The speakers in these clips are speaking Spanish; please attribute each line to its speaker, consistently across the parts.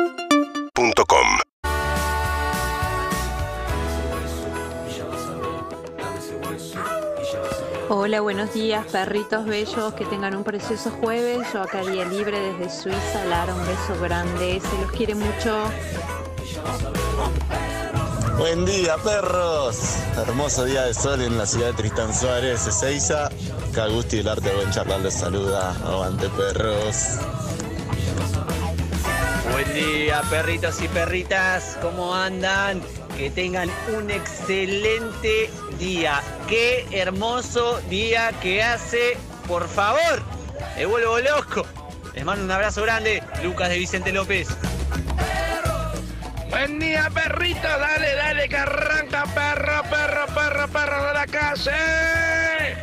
Speaker 1: UrbanaPlayFM.com
Speaker 2: Hola, buenos días, perritos bellos, que tengan un precioso jueves. Yo acá día libre desde Suiza, Lara, un beso grande, se los quiere mucho.
Speaker 3: Buen día, perros. Hermoso día de sol en la ciudad de Tristán Suárez, Ezeiza. Acá Gusti del Arte Buen Charlar les saluda. Aguante, perros.
Speaker 4: Buen día, perritos y perritas, ¿cómo andan? Que tengan un excelente día. Qué hermoso día que hace, por favor. Me vuelvo loco. Les mando un abrazo grande, Lucas de Vicente López.
Speaker 5: Buen día, perrito. Dale, dale, que arranca, perro, perro, perro, perro de la calle.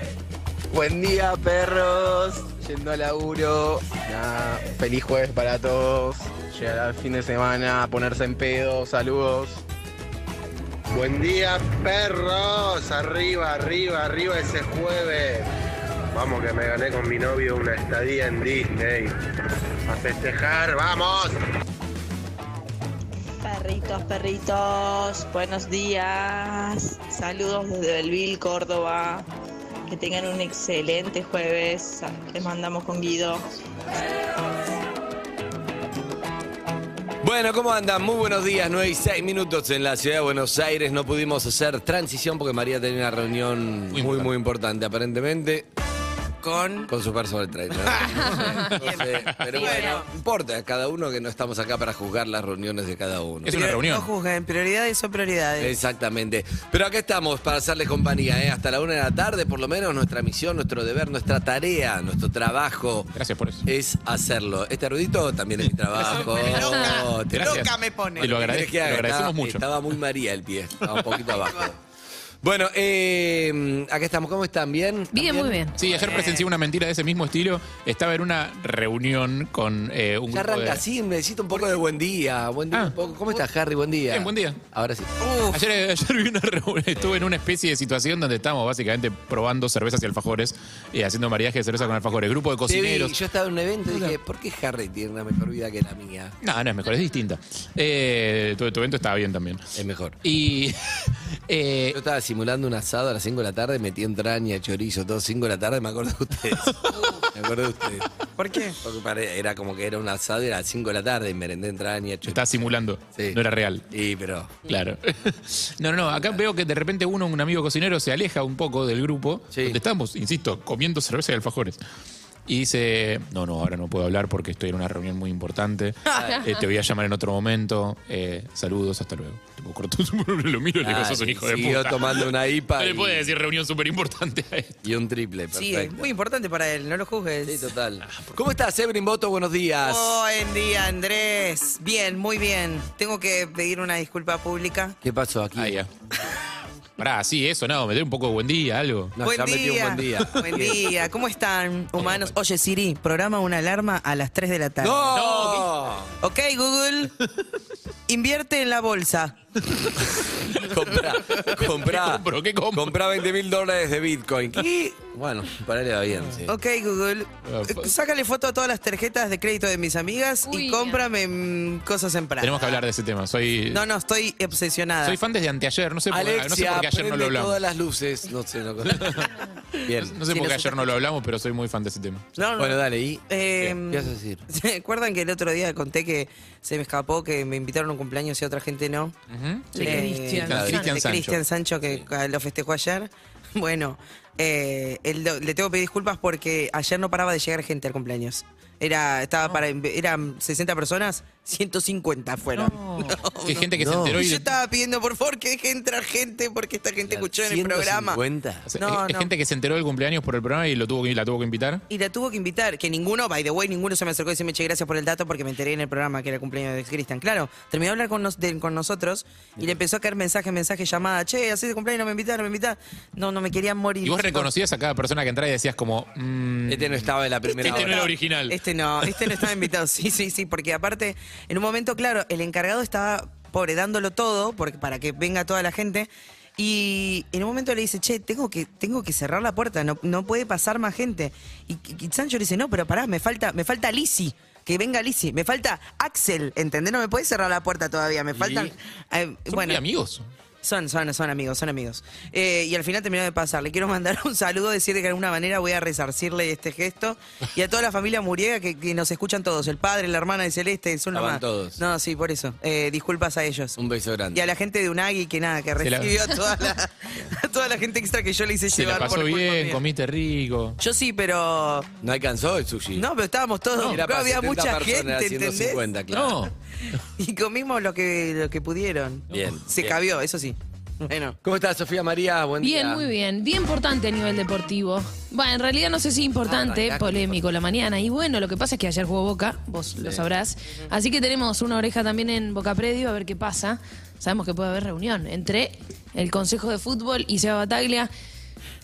Speaker 6: Buen día, perros. Yendo al laburo. Nada, feliz jueves para todos. Llegar al fin de semana, ponerse en pedo. Saludos.
Speaker 5: Buen día, perros. Arriba, arriba, arriba ese jueves. Vamos, que me gané con mi novio una estadía en Disney. A festejar, vamos.
Speaker 7: Perritos, perritos, buenos días. Saludos desde Belville, Córdoba. Que tengan un excelente jueves. Les mandamos con Guido.
Speaker 8: Bueno, ¿cómo andan? Muy buenos días, 9 y 6 minutos en la ciudad de Buenos Aires. No pudimos hacer transición porque María tenía una reunión muy, muy, importante, aparentemente,
Speaker 9: Con.
Speaker 8: con su personal trainer. No sé, no sé, pero bueno, no importa, cada uno que no estamos acá para juzgar las reuniones de cada uno.
Speaker 10: Es una reunión. Eh,
Speaker 9: No juzguen, prioridades son prioridades.
Speaker 8: Exactamente. Pero acá estamos para hacerles compañía, ¿eh? hasta la una de la tarde, por lo menos nuestra misión, nuestro deber, nuestra tarea, nuestro trabajo
Speaker 10: Gracias por eso.
Speaker 8: es hacerlo. Este erudito también es mi trabajo.
Speaker 9: Me loca,
Speaker 8: Te-
Speaker 10: Gracias.
Speaker 9: loca me pone.
Speaker 10: Y lo
Speaker 8: ¿Qué querés
Speaker 10: agradezco,
Speaker 8: que haga?
Speaker 10: lo agradecemos
Speaker 8: estaba,
Speaker 10: mucho.
Speaker 8: Estaba muy María el pie, estaba un poquito abajo. Bueno, eh, acá estamos. ¿Cómo están? ¿Bien? ¿También?
Speaker 11: Bien, muy bien.
Speaker 10: Sí,
Speaker 8: Eh.
Speaker 10: ayer presencié una mentira de ese mismo estilo. Estaba en una reunión con eh, un
Speaker 8: Ya
Speaker 10: grupo de...
Speaker 8: arranca así, necesito un poco de buen día. Buen día
Speaker 10: Ah.
Speaker 8: un poco. ¿Cómo estás, Harry? Buen día.
Speaker 10: Bien, buen día.
Speaker 8: Ahora sí.
Speaker 9: Uf,
Speaker 10: Ayer, eh, ayer vi una reunión, estuve en una especie de situación donde estábamos básicamente probando cervezas y alfajores y haciendo mariaje de cerveza con alfajores. Grupo de
Speaker 8: Te vi,
Speaker 10: cocineros.
Speaker 8: yo estaba en un evento y dije, ¿por qué Harry tiene una mejor vida que la mía?
Speaker 10: No, no es mejor, es distinta. Eh, tu, tu evento estaba bien también.
Speaker 8: Es mejor.
Speaker 10: Y eh,
Speaker 8: Yo estaba simulando un asado a las 5 de la tarde, metí entraña, chorizo, todo 5 de la tarde, me acuerdo de ustedes. me acuerdo de ustedes.
Speaker 9: ¿por qué?
Speaker 8: Porque pare- era como que era un asado y era a las 5 de la tarde y merendé entraña,
Speaker 10: yo
Speaker 8: chorizo.
Speaker 10: estaba simulando,
Speaker 8: Sí.
Speaker 10: no era real.
Speaker 8: Y pero...
Speaker 10: Claro. No, no, no. Acá veo que de repente uno, un amigo cocinero, se aleja un poco del grupo.
Speaker 8: Sí.
Speaker 10: Donde estamos, insisto, comiendo cerveza y alfajores. Y dice, no, no, ahora no puedo hablar porque estoy en una reunión muy importante. Eh, te voy a llamar en otro momento. Eh, saludos, hasta luego. Tipo, cortó su lo miro y le digo, sos un
Speaker 8: Ah,
Speaker 10: hijo de
Speaker 8: siguió
Speaker 10: puta.
Speaker 8: tomando una IPA
Speaker 10: No le
Speaker 8: y-
Speaker 10: puede decir reunión súper importante a esto.
Speaker 8: Y un triple,
Speaker 9: Sí,
Speaker 8: perfecto.
Speaker 9: muy importante para él, no lo juzgues.
Speaker 8: Sí, total. ¿Cómo estás, Evelyn Boto? Buenos días.
Speaker 9: Buen día, Andrés. Bien, muy bien. Tengo que pedir una disculpa pública.
Speaker 8: ¿Qué pasó aquí?
Speaker 10: Ah, ya. Pará, sí, eso, no, me doy un poco de buen día, algo.
Speaker 8: No, ya metí un buen día.
Speaker 9: Buen día. ¿Cómo están, humanos? Oye, Siri, programa una alarma a las 3 de la tarde.
Speaker 8: ¡No!
Speaker 9: Ok, Google. Invierte en la bolsa.
Speaker 8: Comprá, comprá.
Speaker 10: ¿Qué compro? ¿Qué compro?
Speaker 8: Comprá 20 mil dólares de Bitcoin. ¿Qué? Bueno, para él va bien, sí.
Speaker 9: Ok, Google.
Speaker 10: Ah,
Speaker 9: eh,
Speaker 10: pa-
Speaker 9: Sácale foto a todas las tarjetas de crédito de mis amigas y
Speaker 11: Uy,
Speaker 9: cómprame mm, cosas en Prada.
Speaker 10: Tenemos que hablar de ese tema. Soy,
Speaker 9: No, no, estoy obsesionada.
Speaker 10: soy fan desde anteayer, no sé por,
Speaker 8: Alexia,
Speaker 10: no sé por qué ayer no lo
Speaker 8: prende
Speaker 10: hablamos.
Speaker 8: todas las luces. No sé, no Bien.
Speaker 10: No sé
Speaker 9: Sí,
Speaker 10: por qué
Speaker 9: nosotros-
Speaker 10: ayer no lo hablamos, pero soy muy fan de ese tema.
Speaker 9: No, no.
Speaker 8: Bueno, dale, ¿y
Speaker 9: Eh,
Speaker 8: qué vas a decir?
Speaker 9: ¿Se acuerdan que el otro día conté que se me escapó que me invitaron a un cumpleaños y otra gente no?
Speaker 11: Sí,
Speaker 9: Eh,
Speaker 11: Cristian.
Speaker 10: Claro,
Speaker 9: de
Speaker 10: Cristian
Speaker 9: de
Speaker 10: Sancho.
Speaker 9: Cristian Sancho, que ca- lo festejó ayer. Bueno, eh, el do- le tengo que pedir disculpas porque ayer no paraba de llegar gente al cumpleaños. Era, estaba para, eran 60 personas, 150 fueron.
Speaker 10: Hay gente que se
Speaker 8: No.
Speaker 10: enteró
Speaker 9: Y
Speaker 10: y...
Speaker 9: yo estaba pidiendo, por favor, que deje entrar gente porque esta gente escuchó en el programa.
Speaker 8: 150.
Speaker 10: o sea,
Speaker 9: no,
Speaker 10: hay- hay
Speaker 9: no.
Speaker 10: gente que se enteró del cumpleaños por el programa y lo tuvo que, la tuvo que invitar.
Speaker 9: Y la tuvo que invitar, que ninguno, by the way, ninguno se me acercó y decirme, che, gracias por el dato porque me enteré en el programa que era el cumpleaños de Cristian. Claro, terminó de hablar con, nos- de- con nosotros y le empezó a caer mensaje, mensaje, llamada, che, haces el cumpleaños, no me invitaron, no me invitaron. No, no me querían morir.
Speaker 10: Y vos
Speaker 9: chicos.
Speaker 10: reconocías a cada persona que entraba y decías como... mm,
Speaker 8: Este no estaba en la primera
Speaker 10: Este no
Speaker 8: hora.
Speaker 10: era original.
Speaker 9: Este no, este no estaba invitado. Sí, sí, sí, porque aparte, en un momento, claro, el encargado estaba pobre dándolo todo porque, para que venga toda la gente. Y en un momento le dice, che, tengo que, tengo que cerrar la puerta, no, no puede pasar más gente. Y, y Sancho le dice, no, pero pará, me falta, me falta Lisi. Que venga Lizzy. Me falta Axel, ¿entendés? No me puedes cerrar la puerta todavía. Me faltan. eh,
Speaker 10: Son
Speaker 9: bueno,
Speaker 10: muy amigos.
Speaker 9: Son, son, son amigos, son amigos. Eh, y al final terminó de pasar. Le quiero mandar un saludo, decirle que de alguna manera voy a resarcirle este gesto. Y a toda la familia Muriega que, que nos escuchan todos. El padre, la hermana de Celeste, son los
Speaker 8: Estaban
Speaker 9: más.
Speaker 8: todos.
Speaker 9: No, sí, por eso. Eh, disculpas a ellos.
Speaker 8: Un beso grande.
Speaker 9: Y a la gente de Unagi que nada, que
Speaker 10: Se la-
Speaker 9: recibió a toda la, a toda la gente extra que yo le hice
Speaker 10: Se la
Speaker 9: llevar.
Speaker 10: pasó
Speaker 9: por culpa
Speaker 10: bien,
Speaker 9: mía.
Speaker 10: comiste rico.
Speaker 9: Yo sí, pero.
Speaker 8: No alcanzó el sushi.
Speaker 9: No, pero estábamos todos.
Speaker 8: Era
Speaker 9: pero
Speaker 8: para
Speaker 9: había
Speaker 8: 70
Speaker 9: mucha
Speaker 8: personas
Speaker 9: gente,
Speaker 8: haciendo
Speaker 9: ¿entendés?
Speaker 8: 50, claro.
Speaker 10: No.
Speaker 9: Y comimos lo que, lo que pudieron.
Speaker 8: Bien,
Speaker 9: Se
Speaker 8: bien.
Speaker 9: cabió, eso sí. Bueno.
Speaker 8: ¿Cómo estás, Sofía María? Buen
Speaker 1: Bien,
Speaker 8: día.
Speaker 1: muy bien. Día importante a nivel deportivo. Bueno, en realidad no sé si importante,
Speaker 8: Arrancaste
Speaker 1: polémico la mañana. Y bueno, lo que pasa es que ayer jugó Boca, vos lo sabrás. Así que tenemos una oreja también en Boca Predio, a ver qué pasa. Sabemos que puede haber reunión entre el Consejo de Fútbol y Seba Bataglia.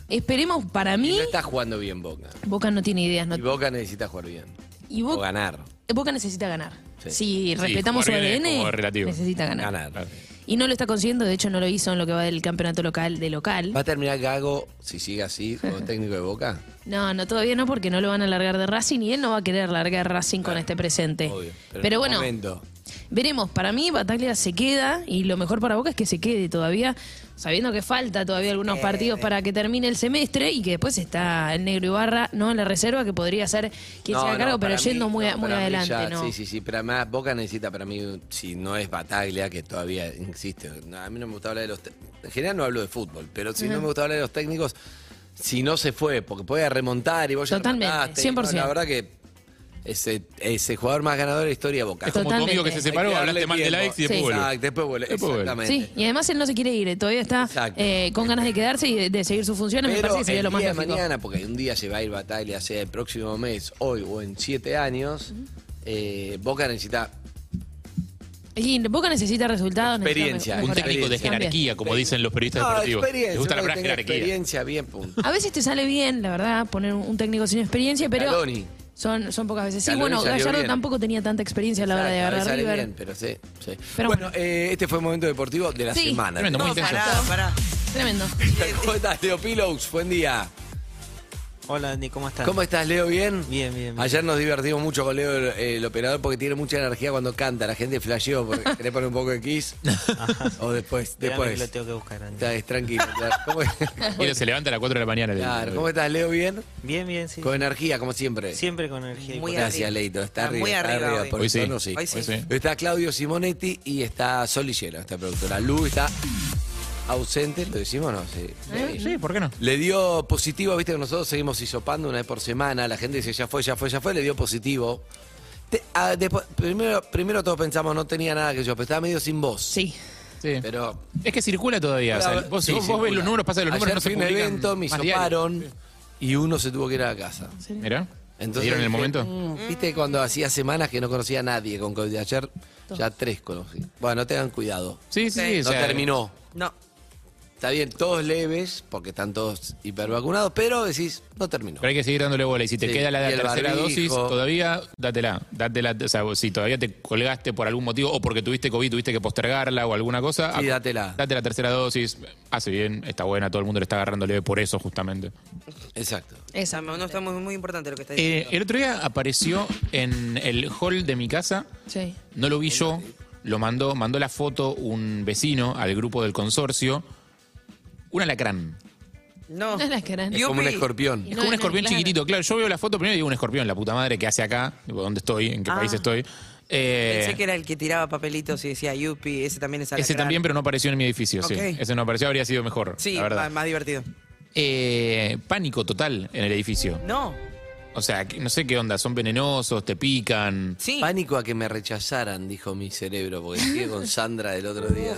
Speaker 1: Esperemos, para
Speaker 8: Y
Speaker 1: mí,
Speaker 8: No está jugando bien Boca.
Speaker 1: Boca no tiene ideas. No,
Speaker 8: Y Boca necesita jugar bien.
Speaker 1: y
Speaker 8: O
Speaker 1: Boca,
Speaker 8: ganar.
Speaker 1: Boca necesita ganar.
Speaker 8: Sí.
Speaker 1: Si respetamos su
Speaker 10: jugar bien es
Speaker 1: ADN,
Speaker 10: como relativo.
Speaker 1: necesita ganar.
Speaker 8: Ganar.
Speaker 1: Y no lo está consiguiendo, de hecho no lo hizo en lo que va del campeonato local de local.
Speaker 8: ¿Va a terminar Gago, si sigue así, como técnico de Boca?
Speaker 1: No, no, todavía no, porque no lo van a largar de Racing y él no va a querer largar Racing con este presente.
Speaker 8: Obvio.
Speaker 1: Pero,
Speaker 8: en un
Speaker 1: bueno,
Speaker 8: momento.
Speaker 1: veremos. Para mí, Bataglia se queda y lo mejor para Boca es que se quede todavía, sabiendo que falta todavía algunos partidos para que termine el semestre y que después está el Negro Ibarra, no en la reserva, que podría ser quien
Speaker 8: No,
Speaker 1: se haga
Speaker 8: no,
Speaker 1: cargo, pero
Speaker 8: para
Speaker 1: yendo
Speaker 8: mí,
Speaker 1: muy,
Speaker 8: no,
Speaker 1: muy
Speaker 8: para mí
Speaker 1: adelante,
Speaker 8: ya,
Speaker 1: ¿no?
Speaker 8: Sí, sí, sí, pero además Boca necesita para mí, si no es Bataglia, que todavía, insisto, no, a mí no me gusta hablar de los... te- En general no hablo de fútbol, pero si no me gusta hablar de los técnicos, si no se fue, porque puede remontar y vos ya
Speaker 1: Totalmente,
Speaker 8: remataste, y no,
Speaker 1: 100%.
Speaker 8: la verdad que ese, ese jugador más ganador de la historia de Boca.
Speaker 10: Es como tu
Speaker 1: Totalmente.
Speaker 10: amigo que se
Speaker 1: Hay
Speaker 8: Hay que
Speaker 10: separó,
Speaker 8: darle
Speaker 10: hablaste mal de la ex y
Speaker 8: tiempo.
Speaker 10: después
Speaker 1: Sí.
Speaker 10: volvió.
Speaker 8: Exacto, después vuelve,
Speaker 10: Después vuelve.
Speaker 8: exactamente.
Speaker 1: Sí, y además él no se quiere ir, eh, todavía está
Speaker 8: Exacto.
Speaker 1: eh, con ganas de quedarse y de, de seguir sus funciones, me
Speaker 8: Pero
Speaker 1: parece que
Speaker 8: el
Speaker 1: sería
Speaker 8: día
Speaker 1: lo más
Speaker 8: de
Speaker 1: lógico.
Speaker 8: mañana, porque un día se va a ir Bataglia, sea el próximo mes, hoy o en siete años, eh, Boca necesita
Speaker 1: Y Boca necesita resultados, necesita
Speaker 8: Experiencia,
Speaker 1: mejor-
Speaker 10: Un
Speaker 1: mejorar.
Speaker 10: técnico de
Speaker 1: También.
Speaker 10: jerarquía, como dicen los periodistas
Speaker 8: No,
Speaker 10: deportivos.
Speaker 8: experiencia,
Speaker 10: Les gusta la
Speaker 8: uno que
Speaker 10: palabra
Speaker 8: tenga
Speaker 10: jerarquía.
Speaker 8: Experiencia, bien, punto.
Speaker 1: A veces te sale bien, la verdad, poner un, un técnico sin experiencia, Ah, pero
Speaker 8: Scaloni.
Speaker 1: son, son pocas veces. Sí,
Speaker 8: Scaloni
Speaker 1: bueno,
Speaker 8: salió
Speaker 1: Gallardo
Speaker 8: bien.
Speaker 1: tampoco tenía tanta experiencia a la hora de
Speaker 8: Exacto, a veces
Speaker 1: agarrar
Speaker 8: sale
Speaker 1: River.
Speaker 8: bien, pero sí, sí.
Speaker 1: Pero
Speaker 8: bueno,
Speaker 1: bueno.
Speaker 8: eh, este fue el momento deportivo de la
Speaker 1: Sí.
Speaker 8: semana.
Speaker 10: Tremendo, muy
Speaker 9: No,
Speaker 10: intenso.
Speaker 9: pará, pará.
Speaker 1: Tremendo.
Speaker 8: ¿Cómo estás, Leo Pilos? Buen día.
Speaker 4: Hola, Andy, ¿cómo estás?
Speaker 8: ¿Cómo estás, Leo? ¿Bien?
Speaker 4: Bien, bien, bien.
Speaker 8: Ayer nos divertimos mucho con Leo, el, el operador, porque tiene mucha energía cuando canta. La gente flasheó porque querés poner un poco de kiss. o después,
Speaker 11: Pues.
Speaker 8: después.
Speaker 4: tengo que buscar,
Speaker 8: Está, es tranquilo. claro. ¿Cómo,
Speaker 10: Pero se levanta a las 4 de la mañana. le digo.
Speaker 8: claro, ¿cómo estás, Leo? ¿Bien?
Speaker 4: Bien, bien, sí.
Speaker 8: Con energía, como siempre.
Speaker 4: Siempre con energía.
Speaker 9: Muy
Speaker 8: Gracias,
Speaker 9: arriba.
Speaker 8: Leito. Está
Speaker 9: Está
Speaker 8: arriba.
Speaker 9: muy
Speaker 8: está
Speaker 9: arriba
Speaker 8: arriba
Speaker 9: hoy.
Speaker 8: por
Speaker 10: Hoy
Speaker 8: el
Speaker 10: sí.
Speaker 8: tono, sí.
Speaker 9: Hoy sí.
Speaker 10: Hoy sí.
Speaker 8: Está Claudio Simonetti y está Sol Lillera, esta productora. Lu está ausente, lo decimos o no, sí. Sí.
Speaker 10: Sí, ¿por qué no?
Speaker 8: Le dio positivo, viste que nosotros seguimos hisopando una vez por semana, la gente dice ya fue, ya fue, ya fue, le dio positivo. Te- ah, después- primero, primero todos pensamos, no tenía nada que yo, pero estaba medio sin voz.
Speaker 1: Sí.
Speaker 10: Sí.
Speaker 8: Pero
Speaker 10: Es que circula todavía. o sea,
Speaker 8: Ahora,
Speaker 10: vos,
Speaker 8: sí,
Speaker 10: vos- vos
Speaker 8: circula.
Speaker 10: ves los números, pasa que los
Speaker 8: Ayer
Speaker 10: números no se
Speaker 8: fui a un
Speaker 10: publican.
Speaker 8: evento, me
Speaker 10: más diario.
Speaker 8: hisoparon y uno se tuvo que ir a la casa.
Speaker 10: Mirá.
Speaker 8: Entonces,
Speaker 10: ¿Vieron el
Speaker 8: dije,
Speaker 10: momento?
Speaker 8: "Mm", Viste cuando hacía semanas que no conocía a nadie, con COVID. ayer ya tres conocí. Bueno, tengan cuidado.
Speaker 10: Sí, sí, sí. o
Speaker 8: No
Speaker 10: sea,
Speaker 8: terminó.
Speaker 9: No.
Speaker 8: Está bien, todos leves, porque están todos hipervacunados, pero decís, no terminó.
Speaker 10: Pero hay que seguir dándole bola. Y si te
Speaker 8: Sí,
Speaker 10: queda la,
Speaker 8: y el
Speaker 10: tercera
Speaker 8: barbijo.
Speaker 10: dosis, todavía dátela. Dátela. O sea, vos, si todavía te colgaste por algún motivo o porque tuviste COVID, tuviste que postergarla o alguna cosa.
Speaker 8: Sí,
Speaker 10: ah,
Speaker 8: dátela.
Speaker 10: Date la tercera dosis. Hace bien, está buena, todo el mundo le está agarrando leve por eso, justamente.
Speaker 8: Exacto.
Speaker 9: Esa, no está muy, muy importante lo que está diciendo.
Speaker 10: Eh, el otro día apareció en el hall de mi casa.
Speaker 1: Sí.
Speaker 10: No lo vi yo, lo mandó, mandó la foto un vecino al grupo del consorcio. Un alacrán.
Speaker 9: no.
Speaker 1: No las querés.
Speaker 8: Es como un
Speaker 9: Yupi.
Speaker 8: escorpión.
Speaker 10: Es como un
Speaker 1: no,
Speaker 10: escorpión
Speaker 1: claro.
Speaker 10: chiquitito. Claro, yo veo la foto primero y digo un escorpión, la puta madre que hace acá, Digo, dónde estoy, en qué
Speaker 1: Ah.
Speaker 10: país estoy. Eh,
Speaker 9: Pensé que era el que tiraba papelitos y decía Yupi, ese también es
Speaker 10: ese
Speaker 9: alacrán.
Speaker 10: también, pero no apareció en mi edificio, sí.
Speaker 9: Ok.
Speaker 10: Ese no apareció, habría sido mejor.
Speaker 9: Sí,
Speaker 10: la verdad.
Speaker 9: más, más divertido.
Speaker 10: Eh, pánico total en el edificio.
Speaker 9: No,
Speaker 10: O sea, que- no sé qué onda, son venenosos, te pican.
Speaker 9: sí.
Speaker 8: Pánico a que me rechazaran, dijo mi cerebro, porque sigue con Sandra del otro día.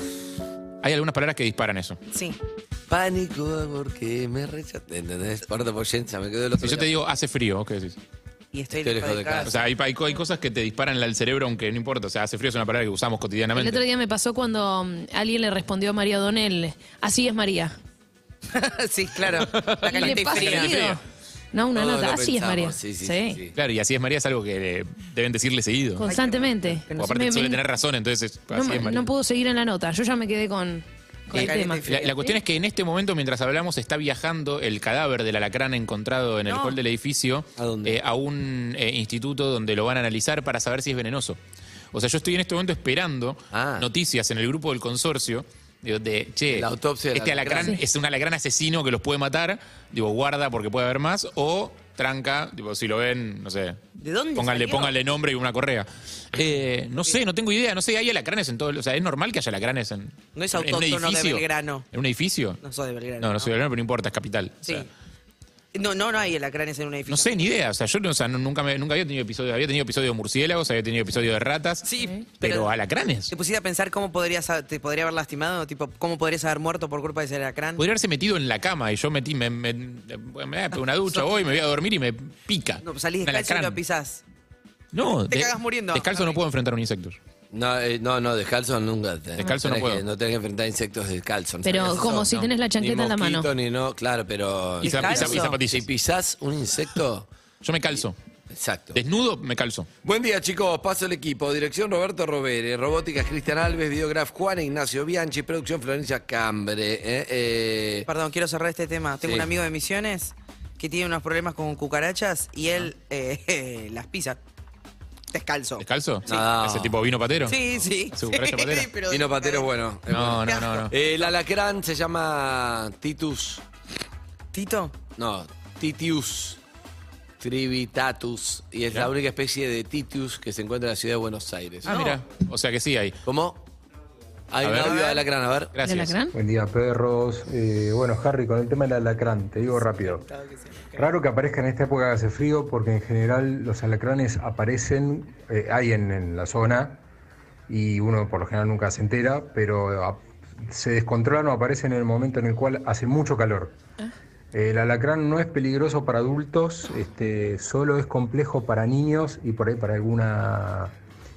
Speaker 10: Hay algunas palabras que disparan eso.
Speaker 9: Sí.
Speaker 8: Pánico a porque me rechazaron. ¿Entendés? Por dopoyencia, me quedo el otro
Speaker 10: Si yo te
Speaker 8: día.
Speaker 10: digo hace frío, ¿qué decís?
Speaker 9: Y estoy,
Speaker 8: Estoy
Speaker 9: lejos de
Speaker 1: Ah,
Speaker 9: casa.
Speaker 10: O sea, hay, hay co- hay cosas que te disparan al cerebro, aunque no importa. O sea, hace frío es una palabra que usamos
Speaker 1: El
Speaker 10: cotidianamente.
Speaker 1: otro día me pasó cuando mm, alguien le respondió a María O'Donnell, así es María.
Speaker 9: sí, claro. La
Speaker 1: Y le
Speaker 9: caliente y
Speaker 1: pasa
Speaker 9: fría.
Speaker 10: Caliente y
Speaker 1: seguido.
Speaker 10: fría.
Speaker 1: No, una
Speaker 8: Todos
Speaker 1: nota,
Speaker 8: lo
Speaker 1: así
Speaker 8: pensamos,
Speaker 1: es María.
Speaker 8: sí, sí, sí, sí.
Speaker 10: Claro, y así es María, es algo que eh, deben decirle seguido.
Speaker 1: Constantemente.
Speaker 10: O aparte
Speaker 1: Me-
Speaker 10: suele
Speaker 1: me-
Speaker 10: tener razón, entonces
Speaker 1: no,
Speaker 10: así es
Speaker 1: me-
Speaker 10: María.
Speaker 1: no puedo seguir en la nota, yo ya me quedé con, con Qué
Speaker 9: careta
Speaker 1: tema.
Speaker 9: y
Speaker 10: La, la cuestión es que en este momento, mientras hablamos, está viajando el cadáver del alacrán encontrado en el
Speaker 9: No.
Speaker 10: hall del edificio
Speaker 8: ¿A dónde?
Speaker 10: eh, a un eh, instituto donde lo van a analizar para saber si es venenoso. O sea, yo estoy en este momento esperando
Speaker 8: Ah.
Speaker 10: noticias en el grupo del consorcio. digo, de, che,
Speaker 8: La autopsia del
Speaker 10: este alacrán,
Speaker 8: alacrán.
Speaker 10: es un alacrán asesino que los puede matar. Digo, guarda porque puede haber más. O tranca, digo, si lo ven, no sé.
Speaker 9: ¿De dónde
Speaker 10: Pónganle,
Speaker 9: salió?
Speaker 10: pónganle nombre y una correa. Eh, no sé, no tengo idea. No sé, hay alacranes en todo. el- O sea, es normal que haya alacranes en.
Speaker 9: No es
Speaker 10: en un
Speaker 9: autóctono de
Speaker 10: edificio?
Speaker 9: Belgrano.
Speaker 10: ¿En un edificio?
Speaker 9: No soy de Belgrano.
Speaker 10: No, no soy de Belgrano, pero no importa, es capital. O
Speaker 9: Sí.
Speaker 10: sea,
Speaker 9: No, no, no hay alacranes en un edificio.
Speaker 10: no sé, ni idea. O sea, yo no- o sea, no- nunca, me- nunca había tenido episodio. Había tenido episodio de murciélagos, había tenido episodio de ratas.
Speaker 9: Sí,
Speaker 10: pero,
Speaker 9: pero-
Speaker 10: alacranes.
Speaker 9: ¿Te pusiste a pensar cómo podrías ha- te podría haber lastimado? Tipo, ¿cómo podrías haber muerto por culpa de ese alacrán?
Speaker 10: Podría haberse metido en la cama y yo metí, me, me, me voy a pegar una ducha hoy, me voy a dormir y me pica.
Speaker 9: No, salís
Speaker 10: Un
Speaker 9: descalzo y lo
Speaker 10: alacrán.
Speaker 9: pisás.
Speaker 10: No,
Speaker 9: Te cagás muriendo.
Speaker 10: Descalzo no puedo enfrentar un insecto.
Speaker 8: No, eh, no, no, descalzo nunca. te-
Speaker 10: Descalzo no
Speaker 8: tenés
Speaker 10: puedo.
Speaker 8: que- no tenés que enfrentar insectos descalzo.
Speaker 1: Pero
Speaker 8: ¿sabes?
Speaker 1: como
Speaker 8: No,
Speaker 1: si
Speaker 8: no.
Speaker 1: tenés la chanqueta
Speaker 8: Ni
Speaker 1: en la mano.
Speaker 8: mosquito, Ni no, claro, pero.
Speaker 10: Y, zap- y zap- y
Speaker 9: Descalzo.
Speaker 8: Si
Speaker 10: zapatillas.
Speaker 8: pisás un insecto,
Speaker 10: Yo me calzo.
Speaker 8: exacto.
Speaker 10: Desnudo, me calzo.
Speaker 8: Buen día, chicos. Paso el equipo. Dirección Roberto Robere, Robótica Cristian Alves, Videograf Juan Ignacio Bianchi, Producción Florencia Cambre. eh, eh.
Speaker 9: Perdón, quiero cerrar este tema. Tengo
Speaker 8: Sí.
Speaker 9: un amigo de Misiones que tiene unos problemas con cucarachas y él eh, las pisa. Descalzo.
Speaker 10: ¿Descalzo?
Speaker 8: No.
Speaker 10: ¿Ese tipo vino patero?
Speaker 9: Sí, sí.
Speaker 10: ¿Su cucaracha patera?
Speaker 9: Sí, pero-
Speaker 8: Vino Patero, bueno. es bueno.
Speaker 10: No, no, no, no.
Speaker 8: El alacrán se llama Titus.
Speaker 9: Tito,
Speaker 8: No, Titius trivitatus. Y es la única especie de Titius que se encuentra en la ciudad de Buenos Aires.
Speaker 10: Ah, mira. O sea que sí hay.
Speaker 8: ¿Cómo? Hay
Speaker 10: A
Speaker 8: un
Speaker 10: ver.
Speaker 8: audio de alacrán, a ver.
Speaker 1: ¿El
Speaker 10: Gracias.
Speaker 1: alacrán?
Speaker 5: Buen día, perros. Eh, bueno, Harry, con el tema del alacrán, te digo rápido. Raro que aparezca en esta época que hace frío, porque en general los alacranes aparecen, eh, hay en, en la zona, y uno por lo general nunca se entera, pero ah, se descontrolan o aparecen en el momento en el cual hace mucho calor. El alacrán no es peligroso para adultos, este, solo es complejo para niños y por ahí para alguna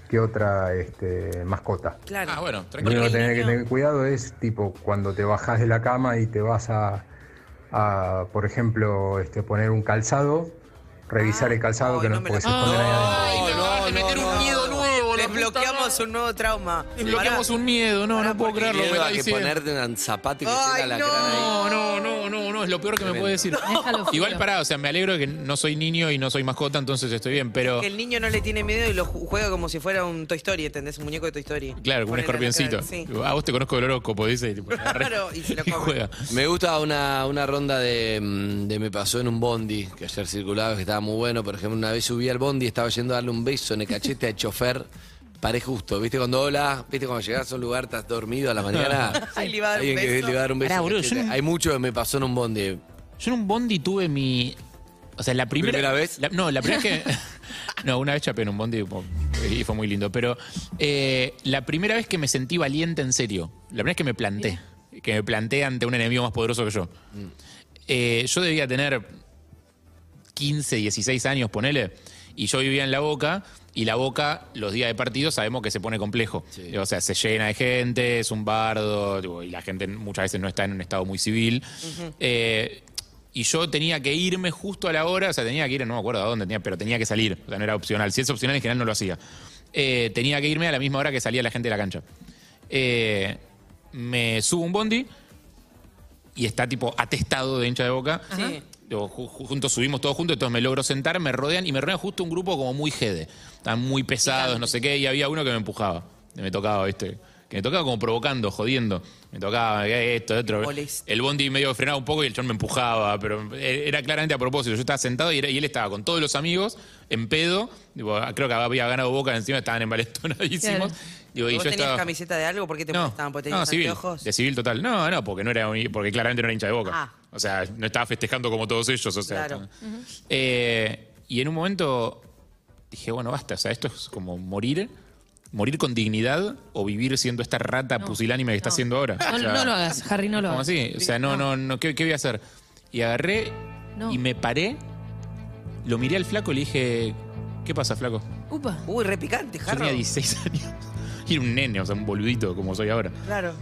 Speaker 5: que otra este, mascota.
Speaker 9: claro.
Speaker 10: Ah, bueno,
Speaker 5: Lo único
Speaker 10: tranquilo.
Speaker 5: que tenés que tener cuidado es tipo cuando te bajás de la cama y te vas a, a, por ejemplo, este, poner un calzado,
Speaker 12: Ah,
Speaker 5: revisar el calzado
Speaker 9: ay,
Speaker 5: que no,
Speaker 9: no me la-
Speaker 5: porque se esconden ahí adentro.
Speaker 10: me acabas de meter un miedo nuevo, la
Speaker 9: Desbloqueamos
Speaker 10: puta
Speaker 9: un nuevo trauma.
Speaker 10: Desbloqueamos un miedo, no, no puedo creerlo. Me
Speaker 8: Miedo
Speaker 10: está
Speaker 8: a que
Speaker 10: diciendo.
Speaker 8: ponerte un zapato y que
Speaker 9: Ay,
Speaker 8: esté el alacrán ahí.
Speaker 10: No, no, no, no, no, es lo peor que me puede decir.
Speaker 1: Déjalo frío.
Speaker 10: Igual pará, o sea, me alegro de que no soy niño y no soy mascota, entonces estoy bien, pero
Speaker 9: Que el niño no le tiene miedo y lo ju- juega como si fuera un Toy Story, ¿entendés? Un muñeco de Toy Story.
Speaker 10: claro, como un
Speaker 9: Con el
Speaker 10: escorpioncito.
Speaker 9: alacrán, Sí.
Speaker 10: A vos te conozco de horóscopo, dice. y tipo,
Speaker 9: Claro, y se lo come.
Speaker 10: juega.
Speaker 8: Me gusta una, una ronda de, mm, de Me pasó en un bondi, que ayer circulaba, que estaba muy bueno. Por ejemplo, una vez subí al bondi, estaba yendo a darle un beso en el cachete al chofer. Paré justo, ¿viste? Cuando hola, ¿viste? Cuando llegás a un lugar, estás dormido a la mañana.
Speaker 9: Ay, le iba a dar un
Speaker 8: Alguien que
Speaker 9: beso.
Speaker 8: le iba a dar un beso.
Speaker 10: Pará,
Speaker 8: en el
Speaker 10: boludo, yo
Speaker 8: cachete.
Speaker 10: no-
Speaker 8: Hay mucho que me pasó en un bondi.
Speaker 10: Yo en un bondi tuve mi. O sea, la primera.
Speaker 8: ¿Primera vez?
Speaker 10: la- no, la primera vez que. No, una vez chapé en un bondi po- y fue muy lindo. Pero eh, la primera vez que me sentí valiente en serio. La primera vez que me planté. Que me planté ante un enemigo más poderoso que yo.
Speaker 8: Mm.
Speaker 10: Eh, yo debía tener 15, 16 años, ponele. Y yo vivía en La Boca. Y La Boca, los días de partido, sabemos que se pone complejo. O sea, se llena de gente, es un bardo. tipo, Y la gente muchas veces no está en un estado muy civil. Eh, y yo tenía que irme justo a la hora, o sea, tenía que ir, no me acuerdo a dónde tenía, pero tenía que salir, o sea, no era opcional. Si es opcional, en general no lo hacía. Eh, tenía que irme a la misma hora que salía la gente de la cancha. Eh, me subo un bondi y está tipo atestado de hincha de boca.
Speaker 9: Sí.
Speaker 10: Digo, ju- ju- juntos subimos todos juntos, entonces me logro sentar, me rodean y me rodean justo un grupo como muy jede. Estaban muy pesados, no sé qué, y había uno que me empujaba, que me tocaba, ¿viste? Que me tocaba como provocando, jodiendo. Me tocaba eh, esto, de otro.
Speaker 9: Molesta.
Speaker 10: El bondi medio frenaba un poco y el chon me empujaba, pero e-, era claramente a propósito. Yo estaba sentado y, era- y él estaba con todos los amigos, en pedo. Digo, ah, creo que había ganado boca encima, estaban envalentonadísimos.
Speaker 1: Claro.
Speaker 10: Digo, y
Speaker 9: ¿Vos
Speaker 10: yo
Speaker 9: tenías
Speaker 10: estaba.
Speaker 9: camiseta de algo? ¿Por qué te
Speaker 10: No,
Speaker 9: molestaban? ¿Porque
Speaker 10: no,
Speaker 9: tenías
Speaker 10: civil,
Speaker 9: anteojos?
Speaker 10: de civil total. No, no, porque no era un- porque claramente no era hincha de Boca.
Speaker 9: Ah.
Speaker 10: O sea, no estaba festejando como todos ellos, o sea.
Speaker 9: Claro.
Speaker 10: t- Eh, y en un momento dije, bueno, basta, o sea, esto es como morir, morir con dignidad o vivir siendo esta rata pusilánime que está
Speaker 1: no.
Speaker 10: haciendo ahora.
Speaker 1: No,
Speaker 10: O sea,
Speaker 1: no lo hagas, Harry, no lo
Speaker 10: como
Speaker 1: hagas.
Speaker 10: así, o sea, no, no, no, ¿qué, qué voy a hacer? Y agarré
Speaker 1: No.
Speaker 10: y me paré, lo miré al flaco y le dije, ¿qué pasa, flaco?
Speaker 1: Upa.
Speaker 9: Uy, repicante,
Speaker 10: Yo
Speaker 9: Jarro.
Speaker 10: tenía 16 años. Y era un nene, o sea, un boludito como soy ahora.
Speaker 9: Claro.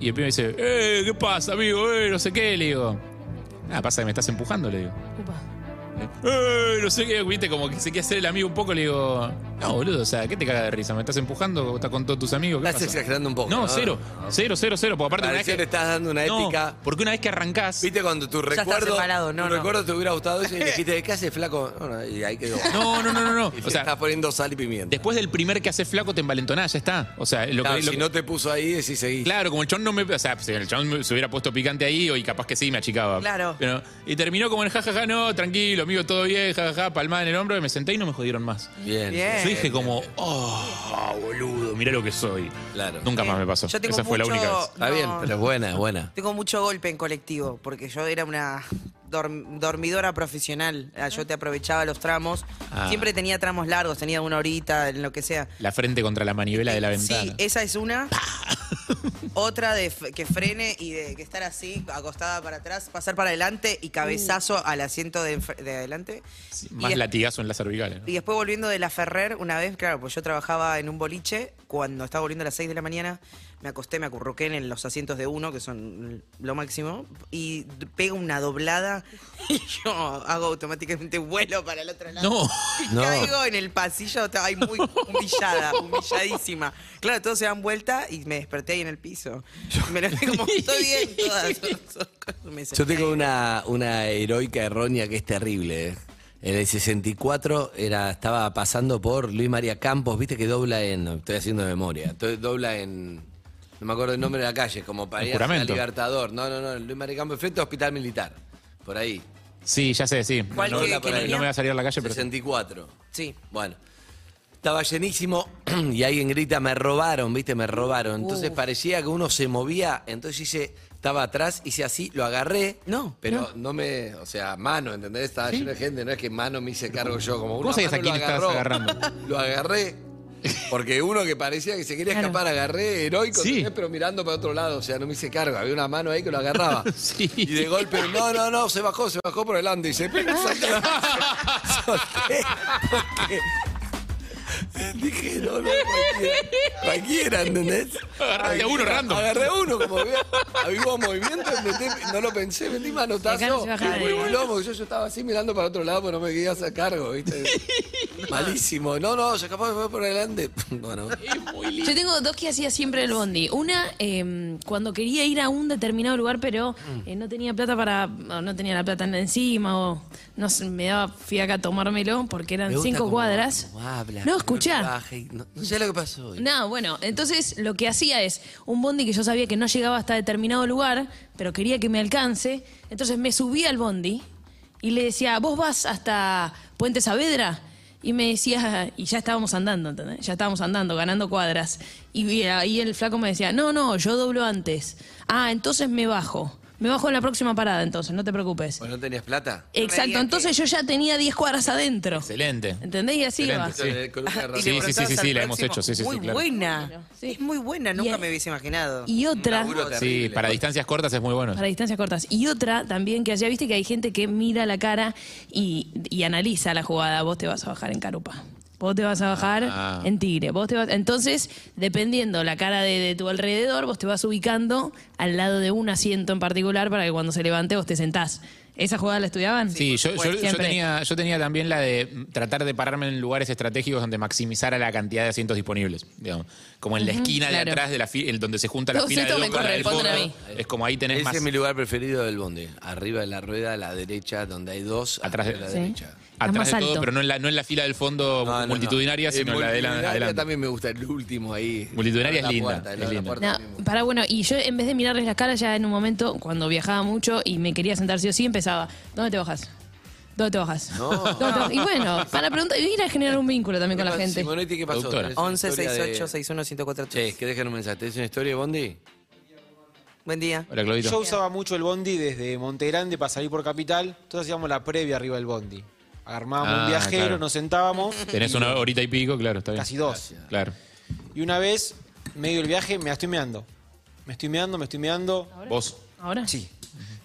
Speaker 10: Y el pibe me dice, eh, ¿qué pasa, amigo? Eh, no sé qué, le digo. Ah, pasa que me estás empujando, le digo.
Speaker 1: Upa.
Speaker 10: Eh, no sé qué, viste, como que se quiere hacer el amigo un poco, le digo. No, boludo, o sea, ¿qué te caga de risa? ¿Me estás empujando? ¿Estás con todos tus amigos? ¿Qué
Speaker 8: Estás
Speaker 10: pasa?
Speaker 8: exagerando un poco.
Speaker 10: No,
Speaker 8: ¿no?
Speaker 10: cero. Cero, cero, cero. Porque aparte una vez
Speaker 8: Parecía que
Speaker 10: que...
Speaker 8: le estás dando una
Speaker 10: No,
Speaker 8: ética.
Speaker 10: porque una vez que arrancás...
Speaker 8: Viste cuando tu
Speaker 9: está
Speaker 8: recuerdo,
Speaker 9: separado, no,
Speaker 8: tu
Speaker 9: no.
Speaker 8: recuerdo te hubiera gustado eso y le dijiste, ¿qué hace flaco? No, no, y ahí quedó.
Speaker 10: No, no, no, no. no.
Speaker 8: Y le
Speaker 10: O sea,
Speaker 8: estás poniendo sal y pimienta.
Speaker 10: después del primer que haces flaco te envalentonás, ya está. O sea, lo
Speaker 8: Claro,
Speaker 10: que... lo
Speaker 8: si
Speaker 10: que-
Speaker 8: no te puso ahí, decís seguí.
Speaker 10: Claro, como el chon no me. O sea, si el chon me- se hubiera puesto picante ahí, hoy capaz que sí me achicaba.
Speaker 9: Claro.
Speaker 10: Pero- y terminó como en jajaja, no, tranquilo, amigo, todo bien, jajaja, palmada en el hombro, y me senté y no me jodieron más.
Speaker 8: Bien.
Speaker 9: Bien.
Speaker 10: Yo dije como, oh, boludo, mirá lo que soy.
Speaker 8: Claro.
Speaker 10: Nunca más me pasó.
Speaker 9: Yo tengo
Speaker 10: Esa fue la
Speaker 9: mucho-
Speaker 10: única vez.
Speaker 8: Está bien,
Speaker 9: No.
Speaker 8: pero es buena, es buena.
Speaker 9: Tengo mucho golpe en colectivo, porque yo era una dorm- dormidora profesional. Ah, Yo te aprovechaba los tramos.
Speaker 10: Ah.
Speaker 9: Siempre tenía tramos largos, tenía una horita, en lo que sea.
Speaker 10: La frente contra la manivela de la ventana. Ah.
Speaker 9: Sí, eh, esa es una. Otra de f- que frene y de que estar así, acostada para atrás, pasar para adelante y
Speaker 10: Uh.
Speaker 9: cabezazo al asiento de, enf- de adelante.
Speaker 10: Sí,
Speaker 9: Y
Speaker 10: más
Speaker 9: es-
Speaker 10: latigazo en las cervicales. ¿no?
Speaker 9: Y después volviendo de la Ferrer, una vez, claro, pues yo trabajaba en un boliche, cuando estaba volviendo a las 6 de la mañana, me acosté, me acurruqué en los asientos de uno, que son lo máximo, y d- pego una doblada y yo hago automáticamente vuelo para el otro lado.
Speaker 10: No.
Speaker 9: Y
Speaker 8: No.
Speaker 9: Caigo en el pasillo, estaba ahí muy humillada, humilladísima. Claro, todos se dan vuelta y me desperté ahí en el piso. Me lo como, estoy bien, todas. Me
Speaker 8: Yo
Speaker 9: senté
Speaker 8: tengo
Speaker 9: ahí.
Speaker 8: una, una heroica errónea que es terrible. ¿eh? En el 64 era, estaba pasando por Luis María Campos, viste que dobla en. Estoy haciendo memoria. estoy- dobla en. No me acuerdo el nombre de la calle, como para
Speaker 10: El
Speaker 8: ir a
Speaker 10: Juramento.
Speaker 8: Libertador. No, no, no, Luis María Campos, frente al Hospital Militar. Por ahí.
Speaker 10: Sí, ya sé, sí. No,
Speaker 9: ¿Cuál
Speaker 10: no,
Speaker 9: que-
Speaker 10: no
Speaker 9: que
Speaker 10: me-
Speaker 9: tenía?
Speaker 10: no me va a salir a la calle, pero.
Speaker 8: 64.
Speaker 9: Sí.
Speaker 8: Bueno. Estaba llenísimo y alguien grita, me robaron, viste, me robaron. Entonces parecía que uno se movía, entonces hice, estaba atrás, hice así, lo agarré.
Speaker 9: No,
Speaker 8: Pero no, me, o sea, mano, ¿entendés? Estaba lleno de gente, no es que mano me hice cargo yo, como uno.
Speaker 10: ¿Cómo sabías a quién estabas agarrando?
Speaker 8: Lo agarré. Porque uno que parecía que se quería escapar, agarré heroico,
Speaker 10: Sí.
Speaker 8: ¿entendés? pero mirando para otro lado, o sea, no me hice cargo, había una mano ahí que lo agarraba.
Speaker 10: Sí.
Speaker 8: Y de golpe, no, no, no, se bajó, se bajó por delante y se pega, Dije, no, no, cualquiera. Cualquiera, ¿entendés?
Speaker 10: Agarraste a uno
Speaker 8: Cualquiera.
Speaker 10: random.
Speaker 8: Agarré a uno, como había, había un movimiento, metí- no lo pensé, metí
Speaker 1: Acá no
Speaker 8: manotazo.
Speaker 1: se baja nadie.
Speaker 8: Y voló, porque yo, yo estaba así mirando para otro lado, pero no me quería hacer cargo, ¿viste? Malísimo. No, no, se escapó, se fue por adelante. Bueno,
Speaker 1: Yo tengo dos que hacía siempre el bondi. Una, eh, cuando quería ir a un determinado lugar, pero
Speaker 8: Mm.
Speaker 1: eh, no tenía plata para. o no tenía la plata en- encima, o no sé, me daba fiaca tomármelo porque eran
Speaker 8: me gusta
Speaker 1: cinco
Speaker 8: cómo-
Speaker 1: cuadras.
Speaker 8: cómo habla,
Speaker 1: no,
Speaker 8: cómo
Speaker 1: escuchá.
Speaker 8: trabaja y No, no sé lo que pasó. hoy.
Speaker 1: No, bueno, entonces lo que hacía es un bondi que yo sabía que no llegaba hasta determinado lugar, pero quería que me alcance, entonces me subía al bondi y le decía, ¿vos vas hasta Puente Saavedra? Y me decía, y ya estábamos andando, ¿entendés? Ya estábamos andando, ganando cuadras. Y ahí el flaco me decía, no, no, yo doblo antes. Ah, entonces me bajo. Me bajo en la próxima parada, entonces, no te preocupes.
Speaker 8: ¿Vos no tenías plata?
Speaker 1: Exacto, entonces yo ya tenía 10 cuadras adentro.
Speaker 10: Excelente.
Speaker 1: ¿Entendés? Y así
Speaker 10: Excelente,
Speaker 1: iba.
Speaker 10: Sí.
Speaker 8: Eh, con una
Speaker 9: Y
Speaker 8: razón.
Speaker 10: Sí,
Speaker 9: le
Speaker 10: sí, sí,
Speaker 9: preguntabas
Speaker 10: sí,
Speaker 9: al
Speaker 10: la hemos
Speaker 9: próximo.
Speaker 10: hecho, sí, sí, sí,
Speaker 9: Muy
Speaker 10: claro.
Speaker 9: buena.
Speaker 1: Sí.
Speaker 9: Es muy buena,
Speaker 1: Y-
Speaker 9: nunca me hubiese imaginado.
Speaker 1: Y otra.
Speaker 8: Laburo
Speaker 10: Sí,
Speaker 8: terrible.
Speaker 10: para distancias cortas es muy bueno.
Speaker 1: Para distancias cortas. Y otra también que allá viste que hay gente que mira la cara y, y analiza la jugada. Vos te vas a bajar en carupa. Vos te vas a bajar
Speaker 10: Ah.
Speaker 1: en tigre. Vos te vas... Entonces, dependiendo la cara de, de tu alrededor, vos te vas ubicando al lado de un asiento en particular para que cuando se levante vos te sentás. ¿Esa jugada la estudiaban?
Speaker 10: Sí, yo, yo- yo
Speaker 1: Siempre.
Speaker 10: tenía, yo tenía también la de mm, tratar de pararme en lugares estratégicos donde maximizara la cantidad de asientos disponibles. digamos. Como en la esquina de
Speaker 1: claro.
Speaker 10: atrás, de la fi- el, donde se junta la
Speaker 1: Todos
Speaker 10: fila de
Speaker 1: estos
Speaker 10: dos
Speaker 1: me
Speaker 10: con la del fondo.
Speaker 1: corresponden a
Speaker 10: Es como ahí tenés
Speaker 8: Ese
Speaker 10: más.
Speaker 8: es mi lugar preferido del bondi. Arriba de la rueda, a la derecha, donde hay dos.
Speaker 10: Atrás de-
Speaker 8: arriba la
Speaker 1: Sí.
Speaker 8: derecha.
Speaker 1: más
Speaker 10: Atrás de todo,
Speaker 1: alto.
Speaker 10: pero no en, la, no en la fila del fondo
Speaker 8: No, no, no.
Speaker 10: multitudinaria,
Speaker 8: Eh,
Speaker 10: sino en la de la-
Speaker 8: multitudinaria
Speaker 10: adelante.
Speaker 8: también me gusta, el último ahí.
Speaker 10: Multitudinaria
Speaker 8: La
Speaker 10: es linda,
Speaker 8: puerta, el lado
Speaker 10: es
Speaker 8: de la
Speaker 10: linda.
Speaker 8: puerta
Speaker 1: No,
Speaker 8: también.
Speaker 1: para bueno, y yo en vez de mirarles las caras, ya en un momento, cuando viajaba mucho y me quería sentar sí o sí, empezaba, ¿dónde te bajas? ¿Dónde te bajas? ¿Dónde te bajas?" Y bueno, para preguntar, y ir a generar un vínculo también con la
Speaker 8: ¿Qué pasó,
Speaker 1: gente.
Speaker 8: Simonetti, ¿qué pasó?
Speaker 10: Productora.
Speaker 8: ¿Tenés una
Speaker 9: 11
Speaker 8: historia
Speaker 9: 68
Speaker 8: de-
Speaker 9: 61 104
Speaker 8: Che, que dejen un mensaje. ¿Tenés una historia de Bondi?
Speaker 9: Buen día.
Speaker 10: Hola, Claudito.
Speaker 11: Yo usaba mucho el bondi desde Montegrande para salir por Capital, entonces hacíamos la previa arriba del bondi. Armábamos
Speaker 10: Ah,
Speaker 11: un viajero,
Speaker 10: claro.
Speaker 11: nos sentábamos,
Speaker 10: Tenés una horita y pico, claro, está bien.
Speaker 11: casi dos.
Speaker 10: Claro.
Speaker 11: Y una vez, medio del viaje, me la estoy meando. Me estoy meando, me estoy meando.
Speaker 10: Vos.
Speaker 1: ¿Ahora?
Speaker 11: Sí.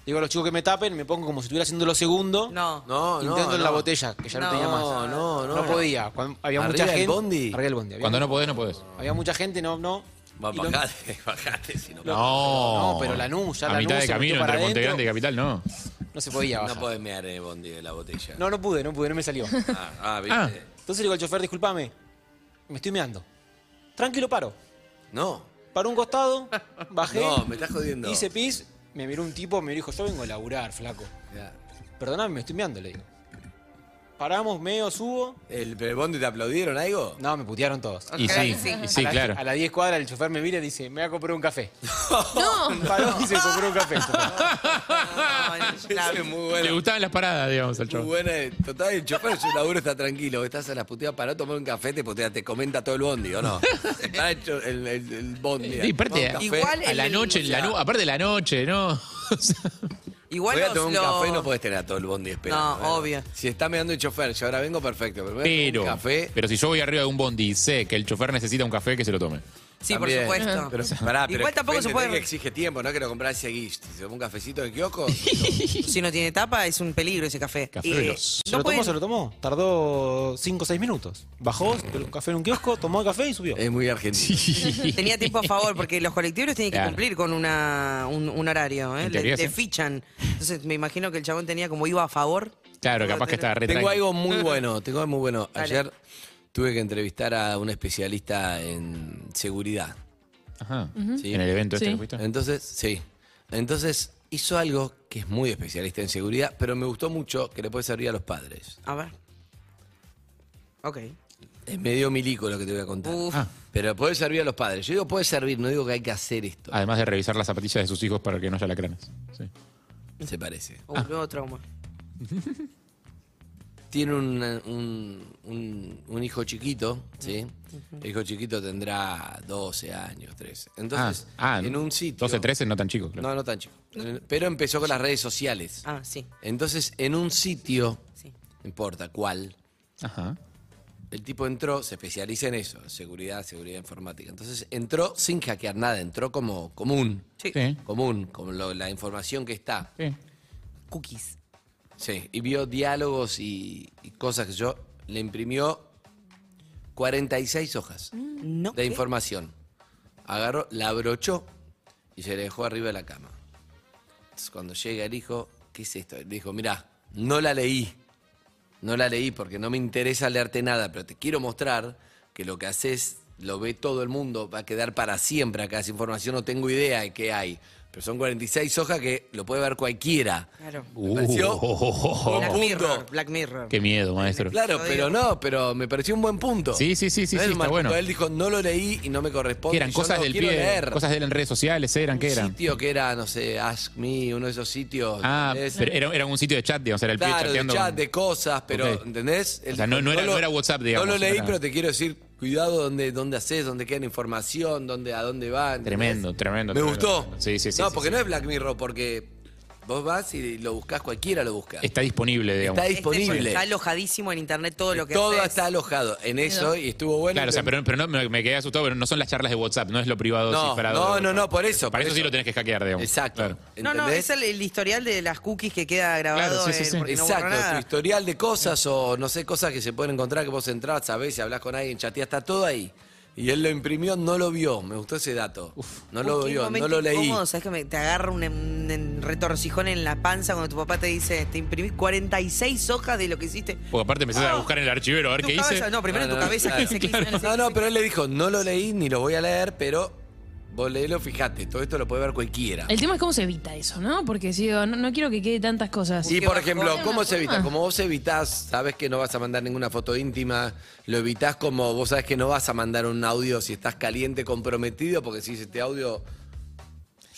Speaker 11: Digo a los chicos que me tapen, me pongo como si estuviera haciendo lo segundo.
Speaker 9: No.
Speaker 8: No, no.
Speaker 11: Intento en la
Speaker 8: no.
Speaker 11: botella, que ya no,
Speaker 9: No,
Speaker 11: tenía más.
Speaker 8: No, no, no.
Speaker 11: No podía. Cuando había
Speaker 8: ¿Arriba
Speaker 11: mucha
Speaker 8: del
Speaker 11: gente.
Speaker 8: bondi?
Speaker 11: Arriba del bondi. Había,
Speaker 10: Cuando no podés, no podés.
Speaker 11: había mucha gente, no, no.
Speaker 8: Va,
Speaker 11: Y lo-
Speaker 8: bajate, bajate, si no.
Speaker 11: Lo-
Speaker 10: No.
Speaker 11: No, pero Lanús, ya
Speaker 10: A
Speaker 11: Lanús
Speaker 10: mitad de
Speaker 11: se
Speaker 10: camino
Speaker 11: metió para
Speaker 10: entre Monte
Speaker 11: adentro.
Speaker 10: Grande y Capital, no.
Speaker 11: No se podía
Speaker 8: No
Speaker 11: bajar.
Speaker 8: podés mear en el Bondi de la botella.
Speaker 11: No, no pude, no pude, no me salió.
Speaker 8: Ah, ah, viste.
Speaker 10: Ah.
Speaker 11: Entonces le digo al chofer, discúlpame. me estoy meando. Tranquilo, paro.
Speaker 8: No.
Speaker 11: Para un costado, bajé,
Speaker 8: No, me estás jodiendo.
Speaker 11: hice pis, me miró un tipo, me dijo, yo vengo a laburar, flaco.
Speaker 8: Ya.
Speaker 11: Perdóname, me estoy meando, le digo. Paramos, meo, subo.
Speaker 8: ¿El, pero el bondi te aplaudieron algo?
Speaker 11: No, me putearon todos.
Speaker 10: Y sí, y sí,
Speaker 11: A la-
Speaker 10: claro.
Speaker 11: A las 10 cuadras el chofer me mira y dice, me voy a comprar un café.
Speaker 1: No.
Speaker 11: Paró y se compró un café.
Speaker 8: Esa es muy
Speaker 10: Le
Speaker 8: buena.
Speaker 10: gustaban las paradas, digamos, al
Speaker 8: Muy
Speaker 10: chavo.
Speaker 8: buena. Total, el chofer su laburo está tranquilo. Estás a las puteadas para tomar un café, te putea, te comenta todo el bondi, ¿o no? Está hecho el, el, el bondi.
Speaker 10: Eh,
Speaker 8: eh.
Speaker 10: Y aparte,
Speaker 8: Tomar un café.
Speaker 9: igual
Speaker 10: A la
Speaker 9: el-
Speaker 10: noche, en la nu- aparte de la noche, ¿no? O sea,
Speaker 9: Igual
Speaker 8: voy a
Speaker 9: los,
Speaker 8: tomar un
Speaker 9: los-
Speaker 8: café, no podés tener a todo el bondi esperando.
Speaker 9: No,
Speaker 8: ¿verdad?
Speaker 9: obvio.
Speaker 8: Si está meando el chofer, yo ahora vengo perfecto, pero, voy a tomar
Speaker 10: Pero,
Speaker 8: un café.
Speaker 10: pero si yo voy arriba de un bondi y sé que el chofer necesita un café, que se lo tome.
Speaker 9: Sí, por
Speaker 8: también.
Speaker 9: supuesto.
Speaker 8: Pero, pará, pero
Speaker 9: Igual tampoco
Speaker 8: el
Speaker 9: se
Speaker 8: café
Speaker 9: puede-
Speaker 8: entendés que exige tiempo, no que lo comprás seguís. Si se toma un cafecito de kiosco,
Speaker 9: Si no tiene tapa, es un peligro ese café.
Speaker 10: Café
Speaker 9: Eh,
Speaker 10: veloz.
Speaker 11: ¿Se
Speaker 9: no
Speaker 11: lo tomó?
Speaker 9: pueden-
Speaker 11: ¿Se lo tomó? Tardó 5 o 6 minutos. Bajó, pero un café en un kiosco, tomó el café y subió.
Speaker 8: es muy argentino.
Speaker 9: Tenía tiempo a favor, porque los colectivos tienen que
Speaker 10: Claro.
Speaker 9: cumplir con una, un, un horario, ¿eh? Le,
Speaker 10: En teoría,
Speaker 9: le
Speaker 10: sí.
Speaker 9: fichan. Entonces me imagino que el chabón tenía como iba a favor.
Speaker 10: Claro, capaz que está re
Speaker 8: Tengo
Speaker 10: tranqui.
Speaker 8: algo muy bueno, tengo algo muy bueno.
Speaker 9: Dale.
Speaker 8: Ayer tuve que entrevistar a un especialista en seguridad.
Speaker 10: Ajá.
Speaker 8: ¿sí?
Speaker 10: En el evento este
Speaker 1: Sí.
Speaker 10: que fuiste.
Speaker 8: Entonces, sí. Entonces hizo algo que es muy especialista en seguridad, pero me gustó mucho que le puede servir a los padres.
Speaker 9: A ver. Ok.
Speaker 8: Es medio milico lo que te voy a contar.
Speaker 9: Uf.
Speaker 10: Ah.
Speaker 8: Pero puede servir a los padres. Yo digo puede servir, no digo que hay que hacer esto.
Speaker 10: Además de revisar las zapatillas de sus hijos para que no haya lacranas. Sí.
Speaker 8: Se parece.
Speaker 10: Ah.
Speaker 9: Uh, nuevo trauma.
Speaker 8: Tiene una- un, un- un hijo chiquito, ¿sí? El hijo chiquito tendrá 12 años, 13. Entonces,
Speaker 10: ah, ah,
Speaker 8: en un sitio...
Speaker 10: 12, 13, no tan chico, claro.
Speaker 8: No, no tan chico. Eh, Pero empezó con las redes sociales.
Speaker 9: Ah, sí.
Speaker 8: Entonces, en un sitio,
Speaker 9: Sí.
Speaker 8: no importa cuál,
Speaker 10: Ajá.
Speaker 8: el tipo entró, se especializa en eso, seguridad, seguridad informática. Entonces, entró sin hackear nada, entró como común,
Speaker 9: Sí.
Speaker 10: Sí.
Speaker 8: común, como lo- la información que está.
Speaker 10: Sí.
Speaker 9: Cookies.
Speaker 8: Sí, y vio diálogos y, y cosas que yo le imprimió 46 hojas
Speaker 9: No.
Speaker 8: de información. Agarró, la abrochó y se le dejó arriba de la cama. Entonces, cuando llega el hijo, ¿qué es esto? Le dijo, mirá, no la leí. No la leí porque no me interesa leerte nada, pero te quiero mostrar que lo que haces lo ve todo el mundo, va a quedar para siempre acá esa información, no tengo idea de qué hay. Pero son 46 hojas que lo puede ver cualquiera.
Speaker 9: Claro.
Speaker 8: Me pareció un
Speaker 9: Black
Speaker 8: punto.
Speaker 9: Mirror. Black Mirror.
Speaker 10: Uh. Qué miedo, maestro.
Speaker 8: Claro, pero no, pero me pareció un buen punto.
Speaker 10: Sí, sí, sí, sí,
Speaker 8: No
Speaker 10: sí,
Speaker 8: es
Speaker 10: está
Speaker 8: mal
Speaker 10: bueno.
Speaker 8: punto. Él dijo, no lo leí y no me corresponde.
Speaker 10: Que eran
Speaker 8: yo
Speaker 10: cosas
Speaker 8: lo
Speaker 10: del
Speaker 8: quiero
Speaker 10: pie,
Speaker 8: leer.
Speaker 10: cosas de él en redes sociales, eran, ¿qué
Speaker 8: Un
Speaker 10: eran?
Speaker 8: sitio que era, no sé, Ask Me, uno de esos sitios.
Speaker 10: Ah,
Speaker 8: ¿entendés?
Speaker 10: pero era, era un sitio de chat, digamos, era el pie
Speaker 8: claro, de
Speaker 10: chateando.
Speaker 8: chat,
Speaker 10: con-
Speaker 8: de cosas, pero,
Speaker 10: Ok.
Speaker 8: ¿entendés? Él
Speaker 10: O sea, no-
Speaker 8: dijo,
Speaker 10: no era-
Speaker 8: lo-
Speaker 10: no era WhatsApp, digamos,
Speaker 8: No lo leí,
Speaker 10: era-
Speaker 8: pero te quiero decir, cuidado donde, donde haces, donde queda la información, donde, a dónde va. ¿entendés?
Speaker 10: Tremendo, tremendo,
Speaker 8: Me
Speaker 10: tremendo,
Speaker 8: gustó.
Speaker 10: tremendo. Sí, sí, sí,
Speaker 8: No,
Speaker 10: sí,
Speaker 8: porque
Speaker 10: sí.
Speaker 8: no es Black Mirror, porque vos vas y lo buscás, cualquiera lo busca.
Speaker 10: Está disponible, digamos.
Speaker 8: Está
Speaker 9: Este
Speaker 8: disponible.
Speaker 9: Está alojadísimo en internet todo lo que
Speaker 8: Todo
Speaker 9: haces.
Speaker 8: está alojado en eso y estuvo bueno.
Speaker 10: Claro, o sea, pero, pero no, me, me quedé asustado, pero no son las charlas de WhatsApp, no es lo privado
Speaker 8: No,
Speaker 10: cifrado.
Speaker 8: no,
Speaker 10: de
Speaker 8: no,
Speaker 10: WhatsApp.
Speaker 8: no, por eso,
Speaker 10: Para
Speaker 8: por
Speaker 10: eso, sí
Speaker 8: eso.
Speaker 10: lo tenés que hackear, digamos.
Speaker 8: Exacto.
Speaker 10: Claro.
Speaker 9: No, no,
Speaker 8: ¿entendés?
Speaker 9: es el, el historial de las cookies que queda grabado.
Speaker 10: Claro, sí, sí,
Speaker 9: en-
Speaker 10: sí.
Speaker 9: porque no borra
Speaker 8: Exacto, tu
Speaker 9: nada.
Speaker 8: historial de cosas o no sé, cosas que se pueden encontrar que vos entrás, sabés, si hablás con alguien, chateás, está todo ahí. Y él lo imprimió, no lo vio, me gustó ese dato. no lo
Speaker 9: Uy, qué
Speaker 8: vio, no
Speaker 9: momento
Speaker 8: lo leí.
Speaker 9: incómodo, ¿sabes que me- te agarra un, em- en retorcijón en la panza cuando tu papá te dice, te imprimí 46 hojas de lo que hiciste?
Speaker 10: Porque aparte empezás a buscar en el archivero a ver
Speaker 9: Tu
Speaker 10: qué
Speaker 9: cabeza-
Speaker 10: hice.
Speaker 9: No, primero
Speaker 8: Ah. No,
Speaker 9: en tu
Speaker 8: no,
Speaker 9: cabeza
Speaker 8: claro.
Speaker 9: que se
Speaker 10: Claro.
Speaker 8: No, no, pero él le dijo, no lo leí ni lo voy a leer, pero vos leelo, fijate, todo esto lo puede ver cualquiera.
Speaker 1: El tema es cómo se evita eso, ¿no? Porque si digo, no, no quiero que quede tantas cosas.
Speaker 8: Y
Speaker 9: qué
Speaker 8: por
Speaker 9: bajón.
Speaker 8: ejemplo, ¿cómo
Speaker 1: Una
Speaker 8: se evita?
Speaker 1: forma.
Speaker 8: Como vos evitás, sabes que no vas a mandar ninguna foto íntima, lo evitás como vos sabes que no vas a mandar un audio si estás caliente, comprometido, porque si este audio.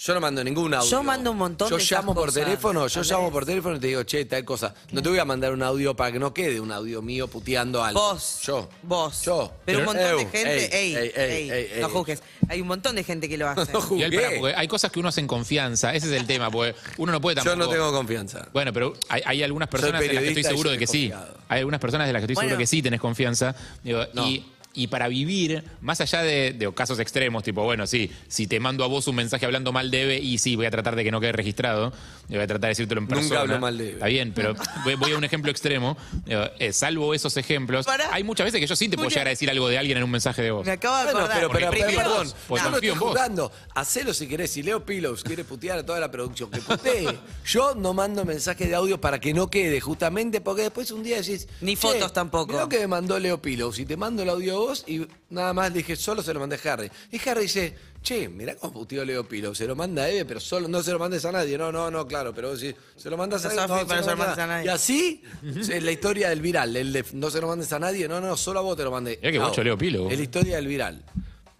Speaker 8: Yo no mando ningún audio.
Speaker 9: Yo mando un montón
Speaker 8: Yo
Speaker 9: de esas
Speaker 8: llamo por
Speaker 9: cosas,
Speaker 8: teléfono, yo
Speaker 9: ¿sabés?
Speaker 8: llamo por teléfono y te digo, che, tal cosa. No te voy a mandar un audio para que no quede un audio mío puteando algo.
Speaker 9: Vos.
Speaker 8: Yo.
Speaker 9: Vos.
Speaker 8: Yo.
Speaker 9: Pero un montón de
Speaker 8: Eu,
Speaker 9: gente. Ey,
Speaker 8: ey, ey, ey,
Speaker 9: no
Speaker 8: ey.
Speaker 9: juzgues. Hay un montón de gente que lo hace.
Speaker 8: No
Speaker 10: Y él, pará,
Speaker 8: juzgué.
Speaker 10: porque hay cosas que uno hace en confianza, ese es el tema, porque uno no puede
Speaker 8: Yo
Speaker 10: tampoco.
Speaker 8: no tengo confianza.
Speaker 10: Bueno, pero hay, hay algunas personas en las que estoy
Speaker 8: periodista y
Speaker 10: seguro de
Speaker 8: soy
Speaker 10: que sí.
Speaker 8: confiado.
Speaker 10: Hay algunas personas de las que estoy seguro
Speaker 9: Bueno.
Speaker 10: que sí tenés confianza. Digo, y, y para vivir, más allá de, de casos extremos, tipo, bueno, sí, si te mando a vos un mensaje hablando mal de Eve, y sí, voy a tratar de que no quede registrado, y voy a tratar de decírtelo en
Speaker 8: Nunca
Speaker 10: persona.
Speaker 8: hablo mal de Eve.
Speaker 10: Está bien, pero voy, voy a un ejemplo extremo. Digo, eh, salvo esos ejemplos,
Speaker 9: Pará.
Speaker 10: hay muchas veces que yo sí te puedo
Speaker 9: Julia.
Speaker 10: llegar a decir algo de alguien en un mensaje de vos.
Speaker 9: Me acabo de
Speaker 8: Bueno,
Speaker 9: acordar.
Speaker 8: pero, pero, pero,
Speaker 9: Primero-
Speaker 8: perdón,
Speaker 10: Porque
Speaker 8: yo no estoy
Speaker 10: confío en vos.
Speaker 8: jugando. Hacelo si querés. Si Leo Pilos quiere putear a toda la producción, que putee. Yo no mando mensajes de audio para que no quede, justamente porque después un día decís.
Speaker 9: Ni
Speaker 8: "Che,
Speaker 9: fotos tampoco".
Speaker 8: mirá lo que me mandó Leo Pilos. Si te mando el audio de vos y nada más dije, solo se lo mandé a Harry. Y Harry dice, che, mirá cómo puteó Leo Pilo, se lo manda a Eve, pero solo no se lo mandes a nadie. No, no, no, claro, pero vos decís, se lo mandas a,
Speaker 9: A Sofi,
Speaker 8: no,
Speaker 9: pero se lo mandas a nadie.
Speaker 8: Y así es la historia del viral, el de no se lo mandes a nadie, no, no, solo a vos te lo mandé.
Speaker 10: Mirá que
Speaker 8: Chao.
Speaker 10: guacho Leo Pilo, vos.
Speaker 8: Es la historia del viral.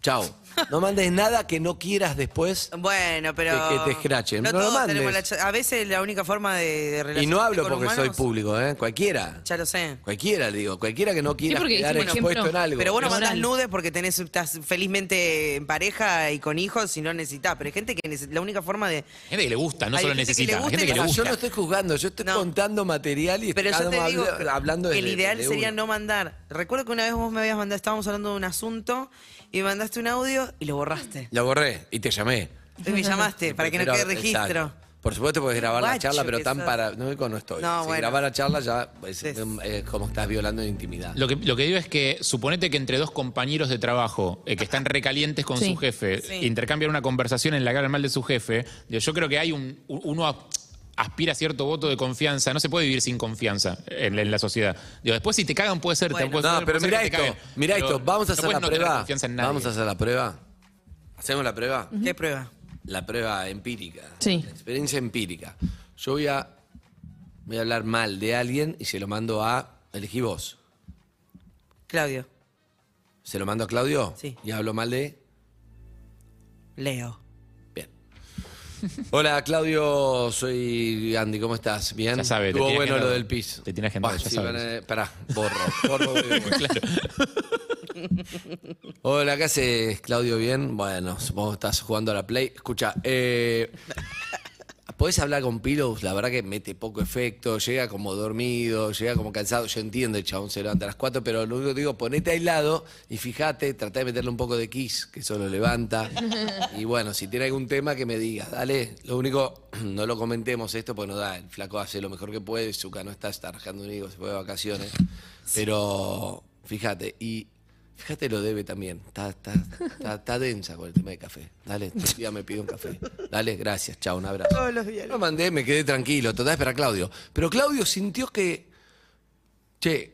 Speaker 8: Chao. No mandes nada que no quieras después
Speaker 9: Bueno, pero.
Speaker 8: Que- que te escrachen. No lo
Speaker 9: todos
Speaker 8: mandes.
Speaker 9: tenemos la cha- a veces la única forma de, de
Speaker 8: Y no
Speaker 9: relacionarte
Speaker 8: hablo
Speaker 9: con
Speaker 8: porque soy
Speaker 9: humanos-
Speaker 8: público, ¿eh? Cualquiera.
Speaker 9: Ya lo sé.
Speaker 8: Cualquiera, le digo. Cualquiera que no quiera
Speaker 1: porque
Speaker 8: quedar
Speaker 1: dijiste, por
Speaker 8: expuesto en
Speaker 1: ejemplo,
Speaker 8: algo.
Speaker 9: Pero bueno,
Speaker 1: Moral.
Speaker 9: mandás nudes porque tenés, estás felizmente en pareja y con hijos y no necesitas. Pero hay gente que neces- la única forma de.
Speaker 10: Gente que le gusta, no
Speaker 9: Hay
Speaker 10: solo
Speaker 9: gente que
Speaker 10: necesita.
Speaker 9: le
Speaker 10: hay
Speaker 9: gusta
Speaker 10: gente
Speaker 9: y
Speaker 10: que le
Speaker 9: no-
Speaker 8: Ah, yo
Speaker 10: gusta.
Speaker 8: no estoy juzgando, yo estoy
Speaker 9: No.
Speaker 8: contando material y
Speaker 9: Pero yo
Speaker 8: estamos
Speaker 9: te digo
Speaker 8: habla- hablando
Speaker 9: que
Speaker 8: desde,
Speaker 9: el ideal
Speaker 8: desde
Speaker 9: sería
Speaker 8: uno.
Speaker 9: no mandar. Recuerdo que una vez vos me habías mandado, estábamos hablando de un asunto y me mandaste un audio y lo borraste.
Speaker 8: La borré y te llamé.
Speaker 9: Y me llamaste para que no
Speaker 8: Pero-
Speaker 9: quede registro.
Speaker 8: exacto. Por supuesto podés grabar la
Speaker 9: Guacho
Speaker 8: charla, pero
Speaker 9: que
Speaker 8: tan
Speaker 9: sos.
Speaker 8: para... No, no estoy.
Speaker 9: No,
Speaker 8: si
Speaker 9: bueno.
Speaker 8: grabar la charla ya es,
Speaker 9: Es-
Speaker 8: es como estás violando intimidad.
Speaker 10: Lo que, lo que digo es que suponete que entre dos compañeros de trabajo eh, que están recalientes con
Speaker 1: Sí.
Speaker 10: su jefe
Speaker 9: Sí.
Speaker 10: intercambian una conversación en la que hablan mal de su jefe. Yo yo creo que hay un. u- Uno a- aspira a cierto voto de confianza. No se puede vivir sin confianza en, la- en la sociedad. Digo, después si te cagan puede ser.
Speaker 9: Bueno.
Speaker 10: te puede
Speaker 8: no,
Speaker 10: ser-
Speaker 8: pero
Speaker 10: puede ser
Speaker 8: mira
Speaker 10: que te
Speaker 8: esto,
Speaker 10: caguen.
Speaker 8: mira
Speaker 10: Pero
Speaker 8: esto. Vamos a
Speaker 10: no
Speaker 8: hacer
Speaker 10: puedes
Speaker 8: la
Speaker 10: no tener
Speaker 8: prueba.
Speaker 10: confianza en nadie.
Speaker 8: Vamos a hacer la prueba. ¿Hacemos la prueba?
Speaker 9: ¿Qué prueba?
Speaker 8: La prueba empírica.
Speaker 1: Sí.
Speaker 8: La experiencia empírica. Yo voy a, voy a hablar mal de alguien y se lo mando a... Elegí vos.
Speaker 9: Claudio,
Speaker 8: Se lo mando a Claudio
Speaker 9: Sí.
Speaker 8: y hablo mal de...
Speaker 9: Leo.
Speaker 8: Bien. Hola Claudio, soy Andy, ¿cómo estás? Bien.
Speaker 10: Ya sabe, te
Speaker 8: Estuvo
Speaker 10: tiene
Speaker 8: bueno
Speaker 10: agendado.
Speaker 8: lo del pis.
Speaker 10: Te tiene agendado,
Speaker 8: Ah,
Speaker 10: ya
Speaker 8: sí,
Speaker 10: sabes.
Speaker 8: van a- pará, borro. borro porque- Hola, ¿qué haces Claudio? Bien. Bueno, supongo que estás jugando a la Play. Escucha, eh, podés hablar con Pilos, la verdad que mete poco efecto, llega como dormido, llega como cansado. Yo entiendo, el chabón se levanta a las 4, pero lo único que digo, ponete aislado y fíjate, tratá de meterle un poco de kiss, que eso lo levanta. Y bueno, si tiene algún tema, que me digas, dale. Lo único, no lo comentemos esto, pues no da, el flaco hace lo mejor que puede, Zuka no está, está rajando un higo, se fue de vacaciones. Pero fíjate, y fíjate lo debe también, está, está, está, está densa con el tema de café. Dale, ya me pido un café. Dale, gracias, chao, un abrazo.
Speaker 9: Todos los días.
Speaker 8: Lo mandé, me quedé tranquilo, total, para Claudio. Pero Claudio sintió que. Che,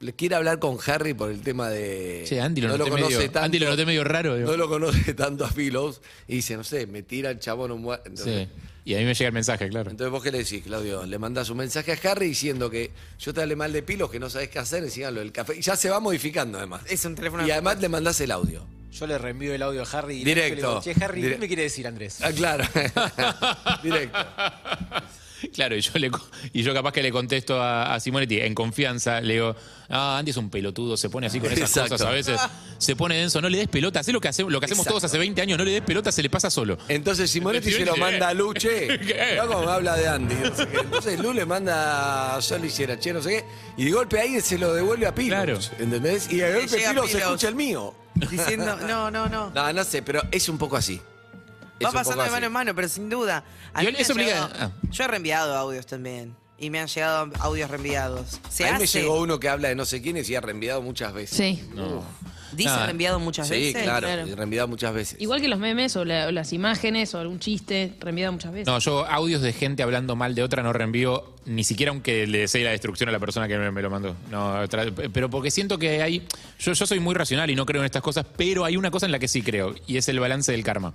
Speaker 8: le quiere hablar con Harry por el tema de.
Speaker 10: Che, Andy lo
Speaker 8: no
Speaker 10: noté
Speaker 8: lo conoce
Speaker 10: medio-
Speaker 8: tanto.
Speaker 10: Andy lo noté medio raro, digo.
Speaker 8: No lo conoce tanto a Philos y dice, no sé, me tira el chabón un. mua- Entonces,
Speaker 10: Sí. Y a mí me llega el mensaje, claro.
Speaker 8: entonces vos qué le decís, Claudio, le mandás un mensaje a Harry diciendo que yo te hablé mal de pilos, que no sabés qué hacer, encima lo del café. Y ya se va modificando además.
Speaker 9: Es un teléfono
Speaker 8: Y
Speaker 9: de-
Speaker 8: además le mandás el audio.
Speaker 11: Yo le reenvío el audio a Harry y
Speaker 8: Directo.
Speaker 11: le digo, che, Harry,
Speaker 8: Dire-
Speaker 11: ¿qué me quiere decir Andrés?
Speaker 8: Ah, claro. Directo.
Speaker 10: Claro, y yo, le, co- y yo capaz que le contesto a, a Simonetti en confianza, le digo, ah, Andy es un pelotudo, se pone así con esas
Speaker 8: Exacto.
Speaker 10: cosas a veces, se pone denso, no le des pelota, hace lo que, hace- lo que hacemos
Speaker 8: Exacto.
Speaker 10: todos hace 20 años, no le des pelota, se le pasa solo.
Speaker 8: Entonces Simonetti se lo manda a Lu, che.
Speaker 10: ¿Qué?
Speaker 8: mirá cómo habla de Andy. no sé qué. Entonces Lu le manda a Sol y Sierra, che, no sé qué. Y de golpe ahí se lo devuelve a Pilo.
Speaker 10: Claro.
Speaker 8: ¿Entendés? Y de golpe
Speaker 9: llega
Speaker 8: Pilo se
Speaker 9: Pilos.
Speaker 8: escucha el mío.
Speaker 9: Diciendo, no, no, no.
Speaker 8: No, no sé, pero es un poco así. Es un
Speaker 9: Va
Speaker 8: poco
Speaker 9: pasando de
Speaker 8: así.
Speaker 9: mano en mano, pero sin duda. A
Speaker 10: Y
Speaker 9: mí me
Speaker 10: eso
Speaker 9: han
Speaker 10: obliga-
Speaker 9: llegado-
Speaker 10: ah.
Speaker 9: Yo he reenviado audios también. Y me han llegado audios reenviados. Se
Speaker 8: a mí
Speaker 9: hace.
Speaker 8: me llegó uno que habla de no sé quiénes y ha reenviado muchas veces.
Speaker 1: Sí.
Speaker 9: Dice
Speaker 10: Ah,
Speaker 9: reenviado muchas
Speaker 8: Sí,
Speaker 9: veces.
Speaker 8: claro,
Speaker 1: claro.
Speaker 8: y reenviado muchas veces.
Speaker 1: Igual que los memes o, la- o las imágenes o algún chiste reenviado muchas veces.
Speaker 10: No, yo audios de gente hablando mal de otra no reenvío, ni siquiera aunque le desee la destrucción a la persona que me, me lo mandó. No, tra- pero porque siento que hay. Yo, yo soy muy racional y no creo en estas cosas, pero hay una cosa en la que sí creo, y es el balance del karma.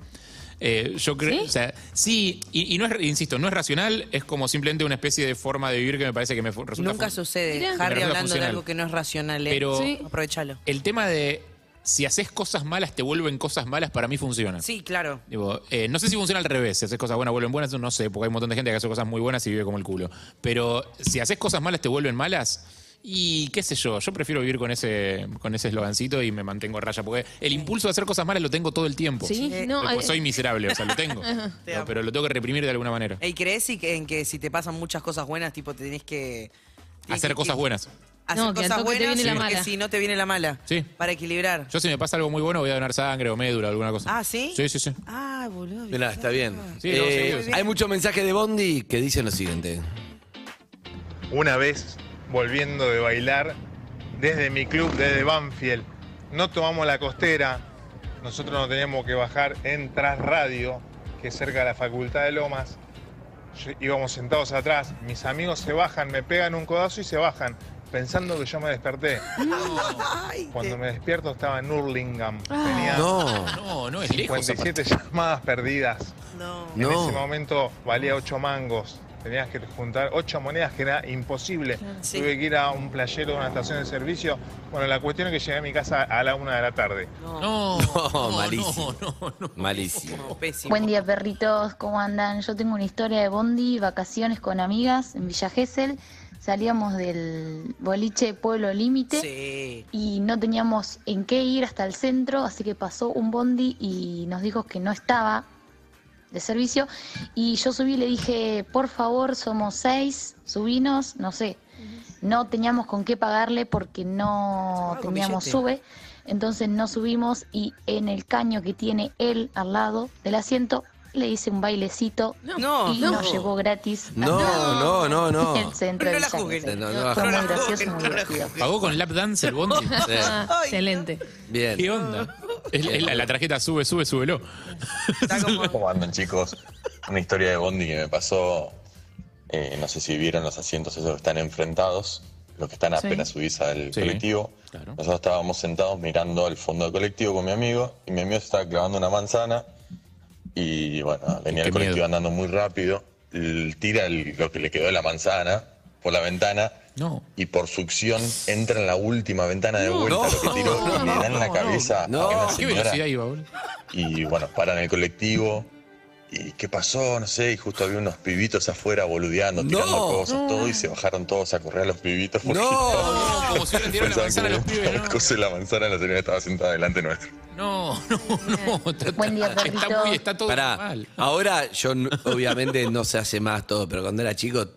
Speaker 10: Eh, yo creo,
Speaker 1: ¿Sí?
Speaker 10: o sea, sí, y, y no es, insisto, no es racional, es como simplemente una especie de forma de vivir que me parece que me fu- resulta.
Speaker 9: Nunca
Speaker 10: fu-
Speaker 9: sucede.
Speaker 1: Mirá.
Speaker 9: Harry hablando
Speaker 10: Pero
Speaker 9: de
Speaker 10: funcional.
Speaker 9: algo que no es racional. ¿eh?
Speaker 10: Pero- Sí.
Speaker 9: Aprovechalo.
Speaker 10: El tema de si haces cosas malas te vuelven cosas malas, para mí funciona.
Speaker 9: Sí, claro.
Speaker 10: Digo, eh, no sé si funciona al revés, si haces cosas buenas vuelven buenas, no sé, porque hay un montón de gente que hace cosas muy buenas y vive como el culo. Pero si haces cosas malas te vuelven malas y qué sé yo, yo prefiero vivir con ese con ese eslogancito y me mantengo a raya, porque el impulso de hacer cosas malas lo tengo todo el tiempo.
Speaker 1: Sí, no, eh,
Speaker 10: Pues
Speaker 1: hay-
Speaker 10: soy miserable, o sea, lo tengo. No,
Speaker 9: amo.
Speaker 10: pero lo tengo que reprimir de alguna manera.
Speaker 9: ¿Y crees y que- en que si te pasan muchas cosas buenas, tipo, tenés que. tenés
Speaker 10: Hacer
Speaker 9: que-
Speaker 10: cosas buenas.
Speaker 9: Hacer
Speaker 1: No, que al
Speaker 9: cosas
Speaker 1: toque te
Speaker 9: buenas
Speaker 1: viene la
Speaker 9: porque
Speaker 1: mala.
Speaker 9: si no te viene la mala.
Speaker 10: Sí.
Speaker 9: Para equilibrar.
Speaker 10: Yo si me pasa algo muy bueno voy a donar sangre o médula, alguna cosa.
Speaker 9: Ah, ¿sí?
Speaker 10: Sí, sí, sí.
Speaker 9: Ah, boludo.
Speaker 8: Mirá, está bien.
Speaker 10: Sí, no,
Speaker 8: Eh,
Speaker 10: sí, sí, sí.
Speaker 8: hay muchos mensajes de Bondi que dicen lo siguiente.
Speaker 5: Una vez, volviendo de bailar, desde mi club, desde Banfield, no tomamos la costera. Nosotros nos teníamos que bajar en Trasradio, que es cerca de la Facultad de Lomas. Yo- íbamos sentados atrás. Mis amigos se bajan, me pegan un codazo y se bajan.
Speaker 13: pensando que yo me desperté. Cuando me despierto estaba en Hurlingham.
Speaker 1: Ah.
Speaker 13: Tenía
Speaker 8: No.
Speaker 10: No, no es lejos.
Speaker 13: 57 llamadas perdidas.
Speaker 9: No.
Speaker 13: En
Speaker 8: No.
Speaker 13: ese momento valía 8 mangos. Tenías que juntar 8 monedas que era imposible.
Speaker 9: Sí.
Speaker 13: Tuve que ir a un playero, a una estación de servicio. Bueno, la cuestión es que llegué a mi casa a la 1 de la tarde.
Speaker 10: No,
Speaker 8: No, malísimo.
Speaker 10: No, no, no.
Speaker 8: Malísimo.
Speaker 9: Pésimo.
Speaker 14: Buen día, perritos. ¿Cómo andan? Yo tengo una historia de Bondi, vacaciones con amigas en Villa Gesell. Salíamos del boliche Pueblo Límite
Speaker 9: Sí.
Speaker 14: y no teníamos en qué ir hasta el centro, así que pasó un Bondi y nos dijo que no estaba de servicio. Y yo subí y le dije, por favor, somos seis, subinos, no sé. No teníamos con qué pagarle porque no
Speaker 9: Ah, con
Speaker 14: teníamos
Speaker 9: billete.
Speaker 14: sube. Entonces no subimos y en el caño que tiene él al lado del asiento le hice un bailecito
Speaker 9: No,
Speaker 14: y
Speaker 9: no.
Speaker 14: nos llevó gratis
Speaker 8: No, no, no, no.
Speaker 14: al centro
Speaker 9: No
Speaker 14: de
Speaker 9: la
Speaker 14: Villa
Speaker 9: juzguen.
Speaker 14: Gesell.
Speaker 8: No, no la
Speaker 9: juzguen.
Speaker 14: Fue muy
Speaker 9: No la
Speaker 14: gracioso,
Speaker 9: juzguen,
Speaker 14: muy
Speaker 9: no la
Speaker 14: divertido.
Speaker 10: Pagó con lap dance el bondi.
Speaker 8: Sí,
Speaker 1: Ah, excelente.
Speaker 10: ¿Qué
Speaker 8: bien.
Speaker 10: onda? El- el- la tarjeta sube, sube, súbelo.
Speaker 9: Está como.
Speaker 5: ¿Cómo andan, chicos? Una historia de Bondi que me pasó. eh, no sé si vieron los asientos esos que están enfrentados, los que están
Speaker 1: Sí.
Speaker 5: apenas subís al
Speaker 10: Sí,
Speaker 5: colectivo.
Speaker 10: claro.
Speaker 5: Nosotros estábamos sentados mirando al fondo del colectivo con mi amigo y mi amigo se estaba clavando una manzana y bueno, venía
Speaker 10: qué
Speaker 5: el colectivo
Speaker 10: miedo.
Speaker 5: andando muy rápido, l- tira el- lo que le quedó de la manzana por la ventana
Speaker 10: No.
Speaker 5: y por succión entra en la última ventana de vuelta lo que tiró y le dan en la cabeza
Speaker 8: no.
Speaker 5: a una
Speaker 10: ¿Qué
Speaker 5: señora
Speaker 10: velocidad iba, boludo?
Speaker 5: y bueno, paran el colectivo. ¿Y qué pasó? No sé, y justo había unos pibitos afuera boludeando,
Speaker 8: No.
Speaker 5: tirando cosas, todo, y se bajaron todos a correr a los pibitos porque
Speaker 8: No.
Speaker 10: No, como si hubieran tirado
Speaker 5: pensaban
Speaker 10: la manzana a
Speaker 5: que
Speaker 10: los pibes,
Speaker 5: el
Speaker 10: ¿no?
Speaker 5: coso de la manzana la señora estaba sentada delante nuestro.
Speaker 10: No, no, no. Está,
Speaker 14: Buen día,
Speaker 10: está- está
Speaker 14: perrito.
Speaker 10: muy, está todo
Speaker 8: Pará,
Speaker 10: mal.
Speaker 8: ahora yo n- obviamente no se hace más todo, pero cuando era chico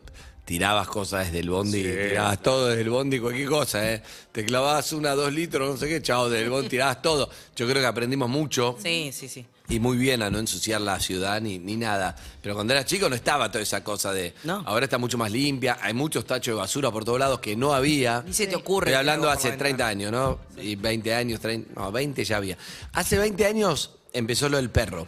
Speaker 8: tirabas cosas desde el bondi, tirabas todo desde el bondi, cualquier cosa, ¿eh? Te clavabas una, dos litros, no sé qué, chao, desde el bondi tirabas todo. Yo creo que aprendimos mucho
Speaker 9: Sí, sí, sí.
Speaker 8: y muy bien a no ensuciar la ciudad ni, ni nada. Pero cuando era chico no estaba toda esa cosa de...
Speaker 9: No.
Speaker 8: Ahora está mucho más limpia, hay muchos tachos de basura por todos lados que no había.
Speaker 9: Ni se te ocurre.
Speaker 8: Estoy
Speaker 9: que
Speaker 8: hablando
Speaker 9: lo vas a
Speaker 8: hace
Speaker 9: vender.
Speaker 8: 30 años, ¿no? Y 20 años, 30, no, 20 ya había. Hace 20 años empezó lo del perro.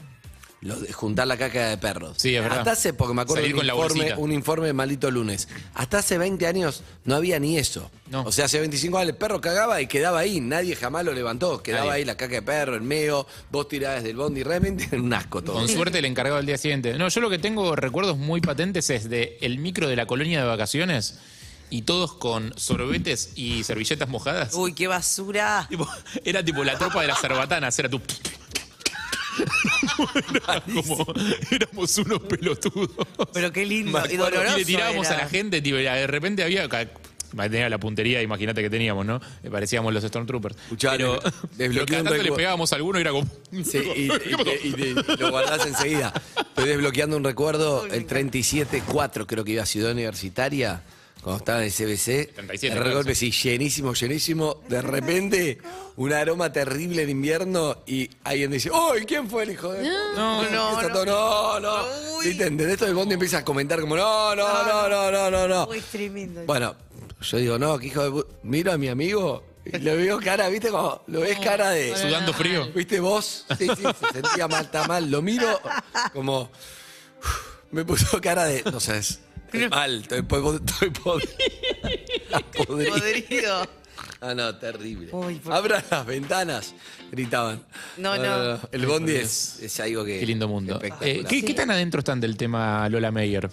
Speaker 8: Lo de juntar la caca de perros.
Speaker 10: Sí, es verdad.
Speaker 8: Hasta hace, porque me acuerdo
Speaker 10: Salir
Speaker 8: un
Speaker 10: con la
Speaker 8: informe,
Speaker 10: bolsita.
Speaker 8: un informe de Malito Lunes. Hasta hace 20 años no había ni eso.
Speaker 10: No.
Speaker 8: O sea, hace 25 años el perro cagaba y quedaba ahí. Nadie jamás lo levantó. Quedaba
Speaker 10: Nadie.
Speaker 8: ahí la caca de perro, el meo, vos tirabas del bondi. Realmente era un asco todo.
Speaker 10: Con suerte el encargado del día siguiente. No, yo lo que tengo recuerdos muy patentes es de el micro de la colonia de vacaciones y todos con sorbetes y servilletas mojadas.
Speaker 9: Uy, qué basura.
Speaker 10: Tipo, era tipo la tropa de las cerbatanas, era tu. Era como, éramos unos pelotudos.
Speaker 9: Pero qué lindo. Y doloroso.
Speaker 10: Y le tirábamos
Speaker 9: era.
Speaker 10: a la gente, tipo, era- de repente había. ca- Tenía la puntería, imagínate que teníamos, ¿no? Parecíamos los Stormtroopers.
Speaker 8: Escuchá,
Speaker 10: pero,
Speaker 8: le- desbloqueé
Speaker 10: pero cada
Speaker 8: un
Speaker 10: tanto le
Speaker 8: recu-
Speaker 10: pegábamos a alguno y era como.
Speaker 8: Sí, y, y-
Speaker 10: ¿Qué pasó?
Speaker 8: y- y- y lo guardás enseguida. Estoy desbloqueando un recuerdo, el 37-4 creo que iba a Ciudad Universitaria, cuando estaba en el CBC.
Speaker 10: 37,
Speaker 8: de
Speaker 10: claro,
Speaker 8: golpe, sí, llenísimo, llenísimo. De repente, un aroma terrible de invierno y alguien dice, ¡Uy, quién fue el hijo de...?
Speaker 10: No,
Speaker 8: Y empieza todo, no, no.
Speaker 9: Uy.
Speaker 8: ¿Sí te entendés? Todo el mundo empieza a comentar como, no, no, no, no, no, no. no.
Speaker 9: Uy, tremendo.
Speaker 8: Bueno, yo digo, no, que hijo de... pu-". Miro a mi amigo y le veo cara, ¿viste? Como, lo ves cara de...
Speaker 10: Sudando frío.
Speaker 8: ¿Viste vos? Sí, sí, se sentía mal, está mal. Lo miro como. uf, Me puso cara de. No sé, es- estoy mal, estoy, po- estoy pod- podrido.
Speaker 9: Podrido.
Speaker 8: Ah, no, terrible.
Speaker 9: Uy, por-
Speaker 8: Abran las ventanas, gritaban.
Speaker 9: No, no.
Speaker 8: El bondi es, es algo que.
Speaker 10: Qué lindo mundo.
Speaker 8: espectacular.
Speaker 10: Eh, ¿qué, qué tan adentro están del tema Lola Meyer?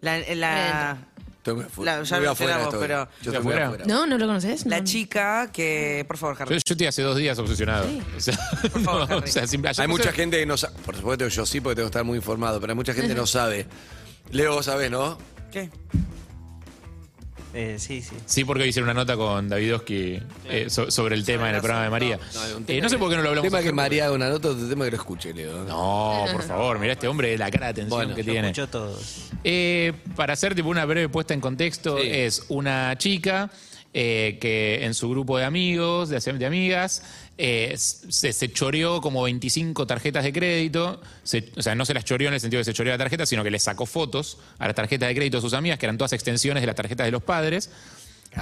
Speaker 9: La, la,
Speaker 8: Estoy muy afu-
Speaker 9: La- ya
Speaker 8: muy
Speaker 9: lo
Speaker 8: afuera
Speaker 9: mencionamos,
Speaker 8: estoy.
Speaker 9: pero-
Speaker 8: Yo estoy muy
Speaker 10: ¿Afuera?
Speaker 8: afuera.
Speaker 1: ¿No? ¿No lo conoces?
Speaker 9: la
Speaker 1: No.
Speaker 9: chica que. Por favor,
Speaker 10: Yo,
Speaker 9: Harry.
Speaker 10: yo estoy hace dos días obsesionado. O sea,
Speaker 9: favor,
Speaker 10: no,
Speaker 9: Harry.
Speaker 10: o sea, sin- ayer
Speaker 8: Hay
Speaker 10: no
Speaker 8: mucha
Speaker 10: sé-
Speaker 8: gente que no sabe. Por supuesto que yo sí, porque tengo que estar muy informado, pero hay mucha gente que no sabe. Leo, vos sabés, ¿no?
Speaker 9: ¿Qué?
Speaker 11: Eh, sí, sí.
Speaker 10: Sí, porque hoy hicieron una nota con Davidovsky eh, so- sobre el tema en el programa de María. Eh, no sé por qué no lo
Speaker 8: El
Speaker 10: hablamos.
Speaker 8: tema que
Speaker 10: ayer,
Speaker 8: María haga una nota, otro tema que lo escuche, Leo.
Speaker 10: No, por favor, mirá este hombre, la cara de atención
Speaker 8: Bueno,
Speaker 10: que
Speaker 11: Yo
Speaker 10: tiene.
Speaker 11: escucho todo.
Speaker 10: Eh, para hacer tipo una breve puesta en contexto,
Speaker 8: Sí.
Speaker 10: es una chica eh, que en su grupo de amigos, de, hace- de amigas, eh, se, se choreó como 25 tarjetas de crédito. Se- o sea, no se las choreó en el sentido de se choreó la tarjeta, sino que le sacó fotos a las tarjetas de crédito de sus amigas, que eran todas extensiones de las tarjetas de los padres.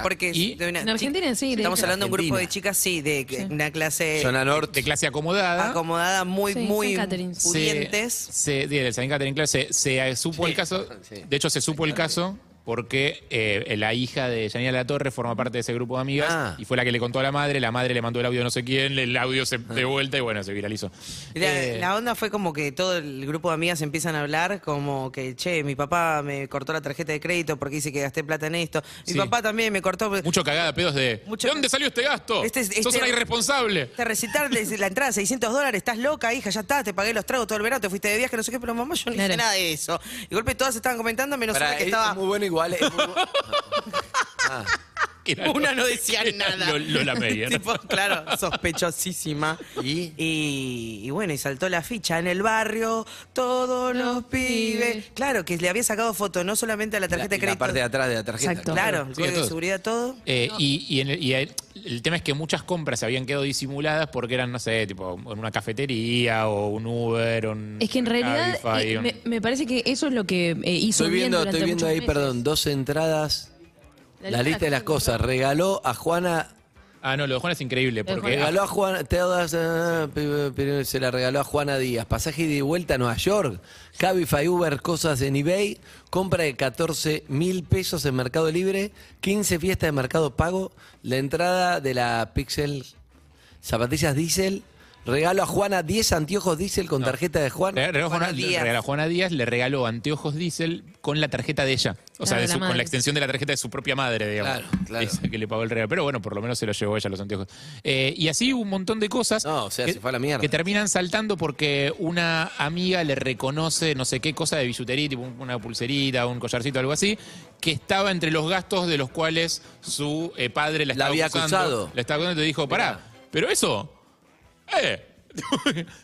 Speaker 9: Porque.
Speaker 10: Ah, Y-
Speaker 9: de una
Speaker 1: En
Speaker 9: chi-
Speaker 1: Argentina sí. de
Speaker 9: Estamos
Speaker 1: hecho.
Speaker 9: hablando de un grupo de
Speaker 8: Argentina.
Speaker 9: chicas, sí, de que- una clase
Speaker 8: Eh, Zona Norte.
Speaker 10: De clase acomodada.
Speaker 9: acomodada, muy,
Speaker 1: Sí,
Speaker 9: muy
Speaker 1: son Catherines.
Speaker 10: se-
Speaker 9: pudientes.
Speaker 10: Se, sí, del San Catherine, claro, se, se, eh, supo el caso.
Speaker 8: sí.
Speaker 10: De hecho, se supo el caso porque eh, la hija de Yanina La Torre forma parte de ese grupo de amigas y fue la que le contó a la madre, la madre le mandó el audio a no sé quién, el audio se de vuelta y bueno, se viralizó.
Speaker 9: La,
Speaker 10: Eh,
Speaker 9: la onda fue como que todo el grupo de amigas empiezan a hablar, como que, che, mi papá me cortó la tarjeta de crédito porque dice que gasté plata en esto. Mi
Speaker 10: Sí.
Speaker 9: papá también me cortó. porque-
Speaker 10: Mucho cagada, pedos de.
Speaker 9: Mucho-
Speaker 10: ¿De dónde salió este gasto?
Speaker 9: Este es-
Speaker 10: Sos
Speaker 9: este-
Speaker 10: una irresponsable.
Speaker 9: Te recitar de- la entrada, 600 dólares, estás loca, hija, ya está, te pagué los tragos todo el verano, te fuiste de viaje, no sé qué, pero mamá, yo no hice
Speaker 8: Claro.
Speaker 9: nada de eso. Y de golpe todas estaban comentando, menos
Speaker 8: Pará,
Speaker 9: una que
Speaker 8: es
Speaker 9: estaba.
Speaker 8: muy bueno igual. es muy bu- Ah.
Speaker 9: Una no decía nada.
Speaker 8: Lo- ¿eh? Lola Meyer.
Speaker 9: Tipo, claro, sospechosísima. ¿Y? Y, bueno, y saltó la ficha en el barrio, todos los pibes. Claro, que le había sacado foto no solamente a la tarjeta de
Speaker 8: Y la
Speaker 9: crédito.
Speaker 8: parte de atrás Ah, de la tarjeta.
Speaker 9: Claro, el
Speaker 10: Sí, a
Speaker 9: código de
Speaker 10: todos.
Speaker 9: seguridad, todo.
Speaker 10: Eh, Y, y en el, y el- el tema es que muchas compras se habían quedado disimuladas porque eran, no sé, tipo en una cafetería o un Uber. o un
Speaker 1: Es que en realidad
Speaker 10: Cabify,
Speaker 1: eh,
Speaker 10: un-
Speaker 1: me, me parece que eso es lo que eh, hizo
Speaker 8: Estoy
Speaker 1: bien
Speaker 8: viendo,
Speaker 1: durante
Speaker 8: estoy viendo
Speaker 1: muchos
Speaker 8: ahí,
Speaker 1: meses.
Speaker 8: perdón, dos entradas.
Speaker 1: La
Speaker 8: La,
Speaker 1: lista
Speaker 8: lista de las cosas. Regaló a Juana.
Speaker 10: Ah, no, lo de Juana es increíble.
Speaker 1: porque-
Speaker 8: regaló a Juana. te das, ah, pe- pe- se la regaló a Juana Díaz. Pasaje de vuelta a Nueva York. Cabify Uber, cosas en eBay. Compra de 14 mil pesos en Mercado Libre. 15 fiestas de Mercado Pago. La entrada de la Pixel. Zapatillas Diesel. Regalo a Juana 10 anteojos Diesel con tarjeta de Juan.
Speaker 10: Le regaló a Juana,
Speaker 8: Díaz.
Speaker 10: regaló a Juana Díaz le regaló anteojos diésel con la tarjeta de ella. O sea,
Speaker 8: Claro, la
Speaker 10: de su- con
Speaker 8: madre.
Speaker 10: la extensión de la tarjeta de su propia madre, digamos.
Speaker 8: Claro, claro.
Speaker 10: Esa que le pagó el regalo. Pero bueno, por lo menos se lo llevó ella los anteojos. Eh, y así un montón de cosas. que,
Speaker 8: se fue a la mierda.
Speaker 10: que terminan saltando porque una amiga le reconoce no sé qué cosa de billutería, tipo un- una pulserita, un collarcito, algo así, que estaba entre los gastos de los cuales su eh, padre la, estaba
Speaker 8: había
Speaker 10: acusando.
Speaker 8: acusado.
Speaker 10: La estaba acusando y te dijo, pará, pero eso. ¡Eh!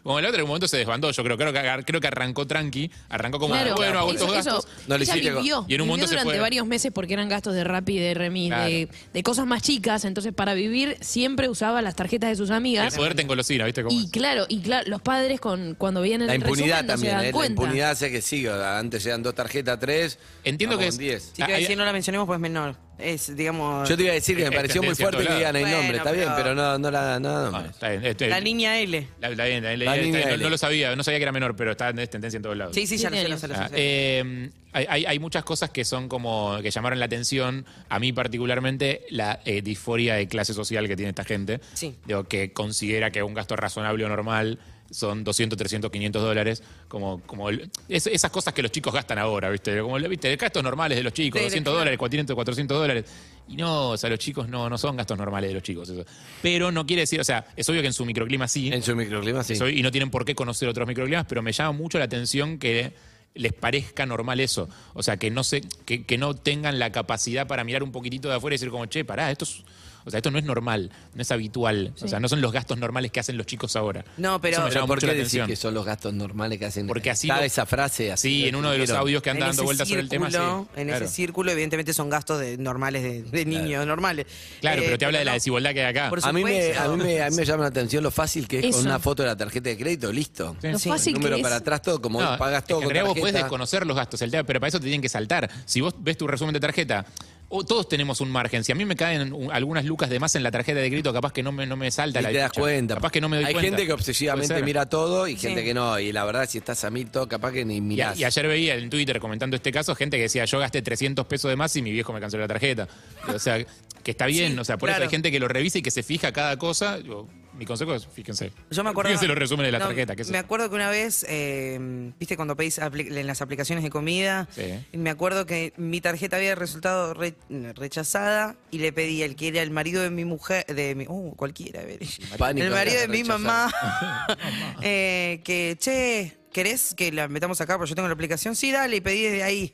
Speaker 10: Como el otro, en un momento se desbandó. Yo creo, creo, que, agar- creo que arrancó tranqui. Arrancó como,
Speaker 1: Claro,
Speaker 10: bueno, hago estos
Speaker 1: eso- eso,
Speaker 10: gastos.
Speaker 1: ella vivió,
Speaker 10: Y en un
Speaker 1: vivió
Speaker 10: momento se
Speaker 1: durante
Speaker 10: fue.
Speaker 1: varios meses porque eran gastos de Rappi, de Remis, de, de cosas más chicas. Entonces, para vivir, siempre usaba las tarjetas de sus
Speaker 10: El
Speaker 1: amigas.
Speaker 10: poder te engolosina, ¿viste? Como
Speaker 1: Y claro, y claro, los padres con, cuando veían el
Speaker 8: La impunidad
Speaker 1: resumen no
Speaker 8: también,
Speaker 1: se dan
Speaker 8: ¿eh? La
Speaker 1: cuenta.
Speaker 8: impunidad hace que siga. Antes eran dos tarjetas, tres.
Speaker 10: Entiendo
Speaker 8: vamos
Speaker 10: que
Speaker 8: con
Speaker 10: es-
Speaker 8: diez.
Speaker 9: Así que si no la mencionemos, pues menor. Es, digamos.
Speaker 8: Yo te iba a decir que me pareció muy fuerte que digan el
Speaker 9: Bueno,
Speaker 8: nombre, está bien, pero no, no la no, no.
Speaker 10: Está bien, este-
Speaker 9: La niña L.
Speaker 10: La, la- la- la-
Speaker 8: La
Speaker 10: está-
Speaker 8: niña
Speaker 10: no-
Speaker 8: L.
Speaker 10: no, lo sabía, no sabía que era menor, pero está en es tendencia en todos lados.
Speaker 9: Sí, sí, ya lo sé, lo sé, lo sé,
Speaker 10: Ah,
Speaker 9: lo sé.
Speaker 10: eh, hay, hay- hay muchas cosas que son como que llamaron la atención, a mí particularmente, la eh, disforia de clase social que tiene esta gente.
Speaker 9: Sí.
Speaker 10: Digo, que considera que un gasto razonable o normal son 200, 300, 500 dólares. Como, como el- es- esas cosas que los chicos gastan ahora, ¿viste? Como, ¿viste? Gastos normales de los chicos,
Speaker 9: Sí, de-
Speaker 10: 200 dólares, 400, 400 dólares. Y no, o sea, los chicos no, no son gastos normales de los chicos. eso. Pero no quiere decir, o sea, es obvio que en su microclima sí. En
Speaker 8: su microclima sí.
Speaker 10: y no tienen por qué conocer otros microclimas, pero me llama mucho la atención que les parezca normal eso. O sea, que no, se, que, que no tengan la capacidad para mirar un poquitito de afuera y decir como, che, pará, esto es... O sea, esto no es normal, no es habitual. O sea, no son los gastos normales que hacen los chicos ahora.
Speaker 9: No, pero-
Speaker 10: Eso me llama
Speaker 8: ¿por
Speaker 10: mucho la
Speaker 8: qué decir
Speaker 10: atención.
Speaker 8: que son los gastos normales que hacen?
Speaker 10: Porque así
Speaker 8: Está
Speaker 10: lo-
Speaker 8: esa frase así.
Speaker 10: Sí,
Speaker 8: lo
Speaker 10: en uno de los
Speaker 8: escribieron.
Speaker 10: audios que
Speaker 9: En
Speaker 10: andan dando
Speaker 9: ese
Speaker 10: vueltas sobre el tema, sí.
Speaker 9: círculo, En
Speaker 10: Claro.
Speaker 9: ese círculo, evidentemente, son gastos de, normales de, de niños normales.
Speaker 10: Claro,
Speaker 9: Eh,
Speaker 10: pero te habla de la
Speaker 9: no.
Speaker 10: desigualdad que hay acá. Ah,
Speaker 9: Por
Speaker 8: A mí, me,
Speaker 9: supuesto.
Speaker 8: a, mí me, a mí me llama la atención lo fácil que es
Speaker 10: Eso.
Speaker 8: con una foto de la tarjeta de crédito, listo.
Speaker 10: Lo Sí. fácil
Speaker 8: El número
Speaker 10: que es.
Speaker 8: para atrás, todo, como
Speaker 10: No,
Speaker 8: pagas todo
Speaker 10: En
Speaker 8: con
Speaker 10: realidad vos podés
Speaker 8: tarjeta.
Speaker 10: desconocer los gastos, el tema, pero para eso te tienen que saltar. Si vos ves tu resumen de tarjeta, o- todos tenemos un margen. Si a mí me caen un- algunas lucas de más en la tarjeta de crédito, capaz que no me, no me salta
Speaker 8: Y
Speaker 10: la
Speaker 8: te das
Speaker 10: ficha.
Speaker 8: cuenta.
Speaker 10: Capaz que no me doy
Speaker 8: Hay
Speaker 10: cuenta.
Speaker 8: gente que
Speaker 10: Puede
Speaker 8: obsesivamente
Speaker 10: ser.
Speaker 8: mira todo y gente
Speaker 10: Sí.
Speaker 8: que no. Y la verdad, si estás a mil, todo capaz que ni
Speaker 10: Y, a-
Speaker 8: mirás.
Speaker 10: y ayer veía en Twitter comentando este caso gente que decía, yo gasté 300 pesos de más y mi viejo me canceló la tarjeta. O sea, que está bien,
Speaker 9: Sí,
Speaker 10: o sea, por eso
Speaker 9: claro.
Speaker 10: hay gente que lo revisa y que se fija cada cosa. Yo- mi consejo es, fíjense.
Speaker 9: Yo me acuerdo.
Speaker 10: Fíjense los resúmenes de la
Speaker 9: no,
Speaker 10: tarjeta. Que es-
Speaker 9: me acuerdo que una vez, eh, viste, cuando pedís apli- en las aplicaciones de comida,
Speaker 10: Sí.
Speaker 9: me acuerdo que mi tarjeta había resultado re- rechazada y le pedí al que era el marido de mi mujer, de mi. Uh, cualquiera, a ver.
Speaker 8: Pánico
Speaker 9: el marido
Speaker 8: acá,
Speaker 9: de mi
Speaker 8: rechazado.
Speaker 9: mamá. eh, que, che, ¿querés que la metamos acá? Porque yo tengo la aplicación. Sí, dale, y pedí desde ahí.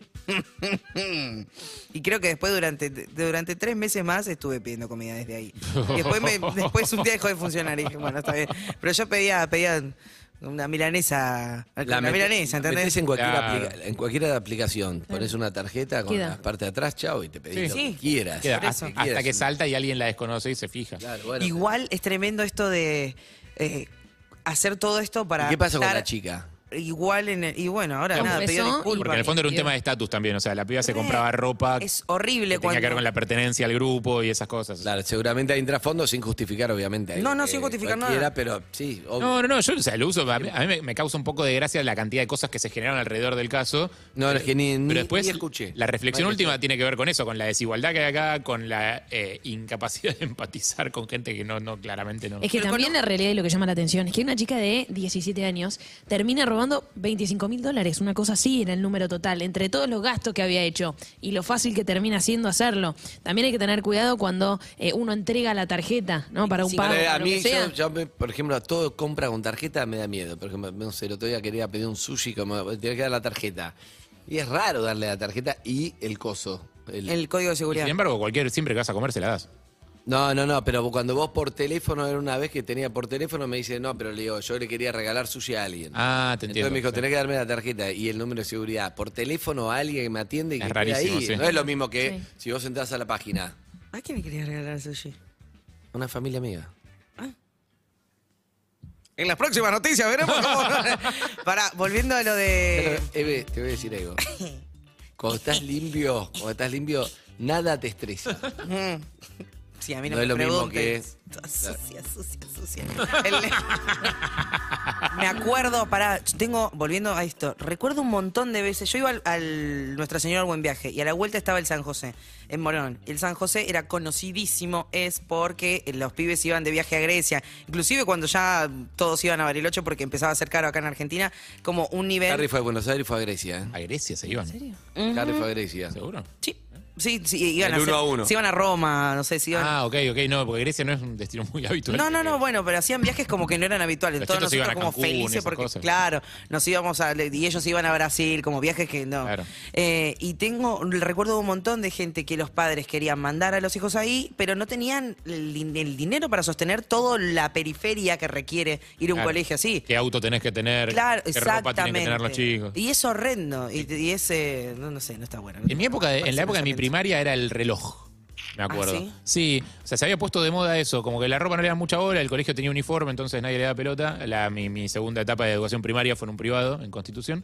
Speaker 9: Mm. y creo que después, durante, durante tres meses más, estuve pidiendo comida desde ahí. Y después, me- después un día dejó de funcionar y dije, bueno, está bien. Pero yo pedía, pedía una milanesa. una
Speaker 8: metes- la
Speaker 9: milanesa, ¿entendés?
Speaker 8: metés en cualquier,
Speaker 10: Claro.
Speaker 8: aplica- en cualquier aplicación. Pones una tarjeta con
Speaker 9: Queda.
Speaker 8: la parte de atrás, chao, y te pedís lo
Speaker 9: Sí.
Speaker 8: que quieras.
Speaker 10: Queda
Speaker 8: Lo que
Speaker 10: hasta, hasta
Speaker 8: quieras.
Speaker 10: que salta y alguien la desconoce y se fija.
Speaker 9: Igual es tremendo esto de eh, hacer todo esto para.
Speaker 8: ¿Y ¿Qué pasó con
Speaker 9: estar-
Speaker 8: la chica?
Speaker 9: igual en el- Y bueno, ahora nada, pidió disculpas.
Speaker 10: Porque en el fondo era un tema de estatus también. O sea, la piba se compraba ropa
Speaker 9: Eh, Es horrible
Speaker 10: que tenía que ver con la pertenencia al grupo y esas cosas.
Speaker 8: Claro, seguramente hay trasfondo sin justificar, obviamente.
Speaker 9: No, no,
Speaker 8: Eh,
Speaker 9: sin justificar nada.
Speaker 8: cualquiera, pero sí, obvio.
Speaker 10: No, no, no, yo o sea, lo uso, a mí, a mí me, me causa un poco de gracia la cantidad de cosas que se generaron alrededor del caso.
Speaker 8: No, es que ni, ni-
Speaker 10: Pero después,
Speaker 8: ni escuché.
Speaker 10: la reflexión
Speaker 8: Vale,
Speaker 10: última tiene que ver con eso, con la desigualdad que hay acá, con la eh, incapacidad de empatizar con gente que no, no claramente no.
Speaker 1: Es que también la realidad y lo que llama la atención es que una chica de 17 años termina robando 25 mil dólares, una cosa así era el número total, entre todos los gastos que había hecho y lo fácil que termina siendo hacerlo. También hay que tener cuidado cuando eh, uno entrega la tarjeta, ¿no? Para un
Speaker 8: Sí,
Speaker 1: pago.
Speaker 8: pero
Speaker 1: para
Speaker 8: a
Speaker 1: lo que
Speaker 8: mí,
Speaker 1: sea.
Speaker 8: yo, yo me- por ejemplo, a todo compra con tarjeta me da miedo. Por ejemplo, no sé, el otro día quería pedir un sushi, como tenía que dar la tarjeta. Y es raro darle la tarjeta y el coso.
Speaker 9: código de seguridad.
Speaker 10: Sin embargo, cualquier, siempre que vas a comer se la das.
Speaker 8: No, no, no, pero cuando vos por teléfono, era una vez que tenía por teléfono, me dice, no, pero le digo, yo le quería regalar sushi a alguien.
Speaker 10: Ah, te entiendo.
Speaker 8: Entonces me dijo,
Speaker 10: sí.
Speaker 8: tenés que darme la tarjeta y el número de seguridad. Por teléfono a alguien que me atiende y
Speaker 10: Es
Speaker 8: que esté
Speaker 10: rarísimo,
Speaker 8: ahí.
Speaker 10: sí.
Speaker 8: No es lo mismo que
Speaker 9: Sí.
Speaker 8: si vos entrás a la página.
Speaker 9: ¿A quién le querías regalar sushi?
Speaker 8: Una familia amiga.
Speaker 9: En las próximas noticias veremos cómo. Pará, volviendo a lo de.
Speaker 8: Pero, Eve, te voy a decir algo. Cuando estás limpio, cuando estás limpio, nada te estresa.
Speaker 9: Mm. Sí, a mí no,
Speaker 8: No
Speaker 9: me
Speaker 8: es lo mismo
Speaker 9: pregunten.
Speaker 8: que-
Speaker 9: Sucia, sucia, sucia. El- me acuerdo, pará, yo tengo, volviendo a esto, recuerdo un montón de veces. Yo iba al, al Nuestra Señora al Buen Viaje y a la vuelta estaba el San José, en Morón. El San José era conocidísimo, es porque los pibes iban de viaje a Grecia. Inclusive cuando ya todos iban a Bariloche porque empezaba a ser caro acá en Argentina, como un nivel.
Speaker 8: Harry fue a Buenos Aires y fue a Grecia. ¿A
Speaker 10: Grecia se iban?
Speaker 9: Ujú.
Speaker 8: Harry fue a Grecia.
Speaker 10: ¿Seguro?
Speaker 9: Sí, sí, iban
Speaker 8: El
Speaker 9: a, hacer-
Speaker 8: uno a uno.
Speaker 9: Se iban a Roma, no sé si iban.
Speaker 10: Ah, ok, ok, no, porque Grecia no es un destino muy habitual.
Speaker 9: No, no, no, bueno, pero hacían viajes como que no eran habituales.
Speaker 10: Los
Speaker 9: Todos
Speaker 10: chetos se
Speaker 9: nosotros
Speaker 10: iban a
Speaker 9: como
Speaker 10: Cancún,
Speaker 9: felices
Speaker 10: esas
Speaker 9: porque,
Speaker 10: cosas.
Speaker 9: claro, nos íbamos a. Y ellos iban a Brasil, como viajes que no. Eh, y tengo, recuerdo un montón de gente que los padres querían mandar a los hijos ahí, pero no tenían el, din- el dinero para sostener toda la periferia que requiere ir a un
Speaker 10: Claro.
Speaker 9: colegio así.
Speaker 10: ¿Qué auto tenés que tener?
Speaker 9: Claro,
Speaker 10: ¿Qué ropa tienen que tener los chicos?
Speaker 9: Y es horrendo. Y, y es. eh, no, no sé, no está bueno.
Speaker 10: En mi época, de- en la época de mi primaria era el reloj. Me acuerdo.
Speaker 9: Ah, ¿sí?
Speaker 10: sí, o sea, se había puesto de moda eso, como que la ropa no le daba mucha bola, el colegio tenía uniforme, entonces nadie le daba pelota. La, mi, mi segunda etapa de educación primaria fue en un privado, en Constitución.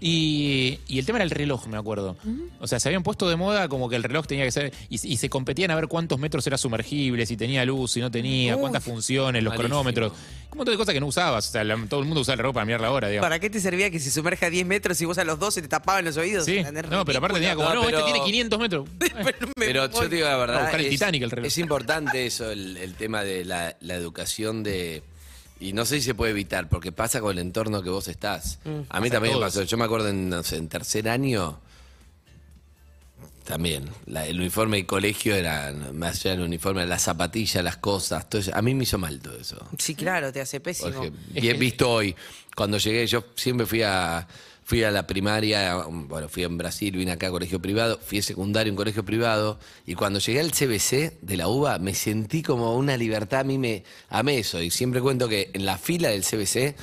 Speaker 10: Y, y el tema era el reloj, me acuerdo. O sea, se habían puesto de moda como que el reloj tenía que ser. Y, y se competían a ver cuántos metros era sumergible, si tenía luz, si no tenía,
Speaker 9: Uy.
Speaker 10: cuántas funciones, los
Speaker 9: Malísimo.
Speaker 10: cronómetros. Un montón de cosas que no usabas. O sea, la- todo el mundo usaba el reloj para mirar la hora, digamos.
Speaker 9: ¿Para qué te servía que se sumerja a 10 metros y vos a los 12 te tapaban los oídos?
Speaker 10: Sí.
Speaker 9: Era
Speaker 10: No, pero aparte tenía como, no,
Speaker 8: No,
Speaker 10: este
Speaker 8: pero-
Speaker 10: tiene 500 metros.
Speaker 8: Pero yo te digo la
Speaker 10: A
Speaker 8: verdad.
Speaker 10: buscar el Titanic, el reloj.
Speaker 8: es importante eso, el, el tema de la, la educación de. Y no sé si se puede evitar, porque pasa con el entorno que vos estás.
Speaker 9: Mm.
Speaker 8: A mí
Speaker 9: Pasa
Speaker 8: también me
Speaker 9: todos.
Speaker 8: pasó. Yo me acuerdo en, no sé, en tercer año. También. la- el uniforme de colegio era. Más allá del uniforme, las zapatillas, las cosas. todo eso. a mí me hizo mal todo eso.
Speaker 9: Sí, claro, te hace pésimo.
Speaker 8: ¿Eh? Porque bien visto hoy. Cuando llegué, yo siempre fui a fui a la primaria, um, bueno, fui en Brasil, vine acá a colegio privado, fui a secundario en colegio privado, y cuando llegué al CBC de la UBA me sentí como una libertad, a mí me amé eso, y siempre cuento que en la fila del CBC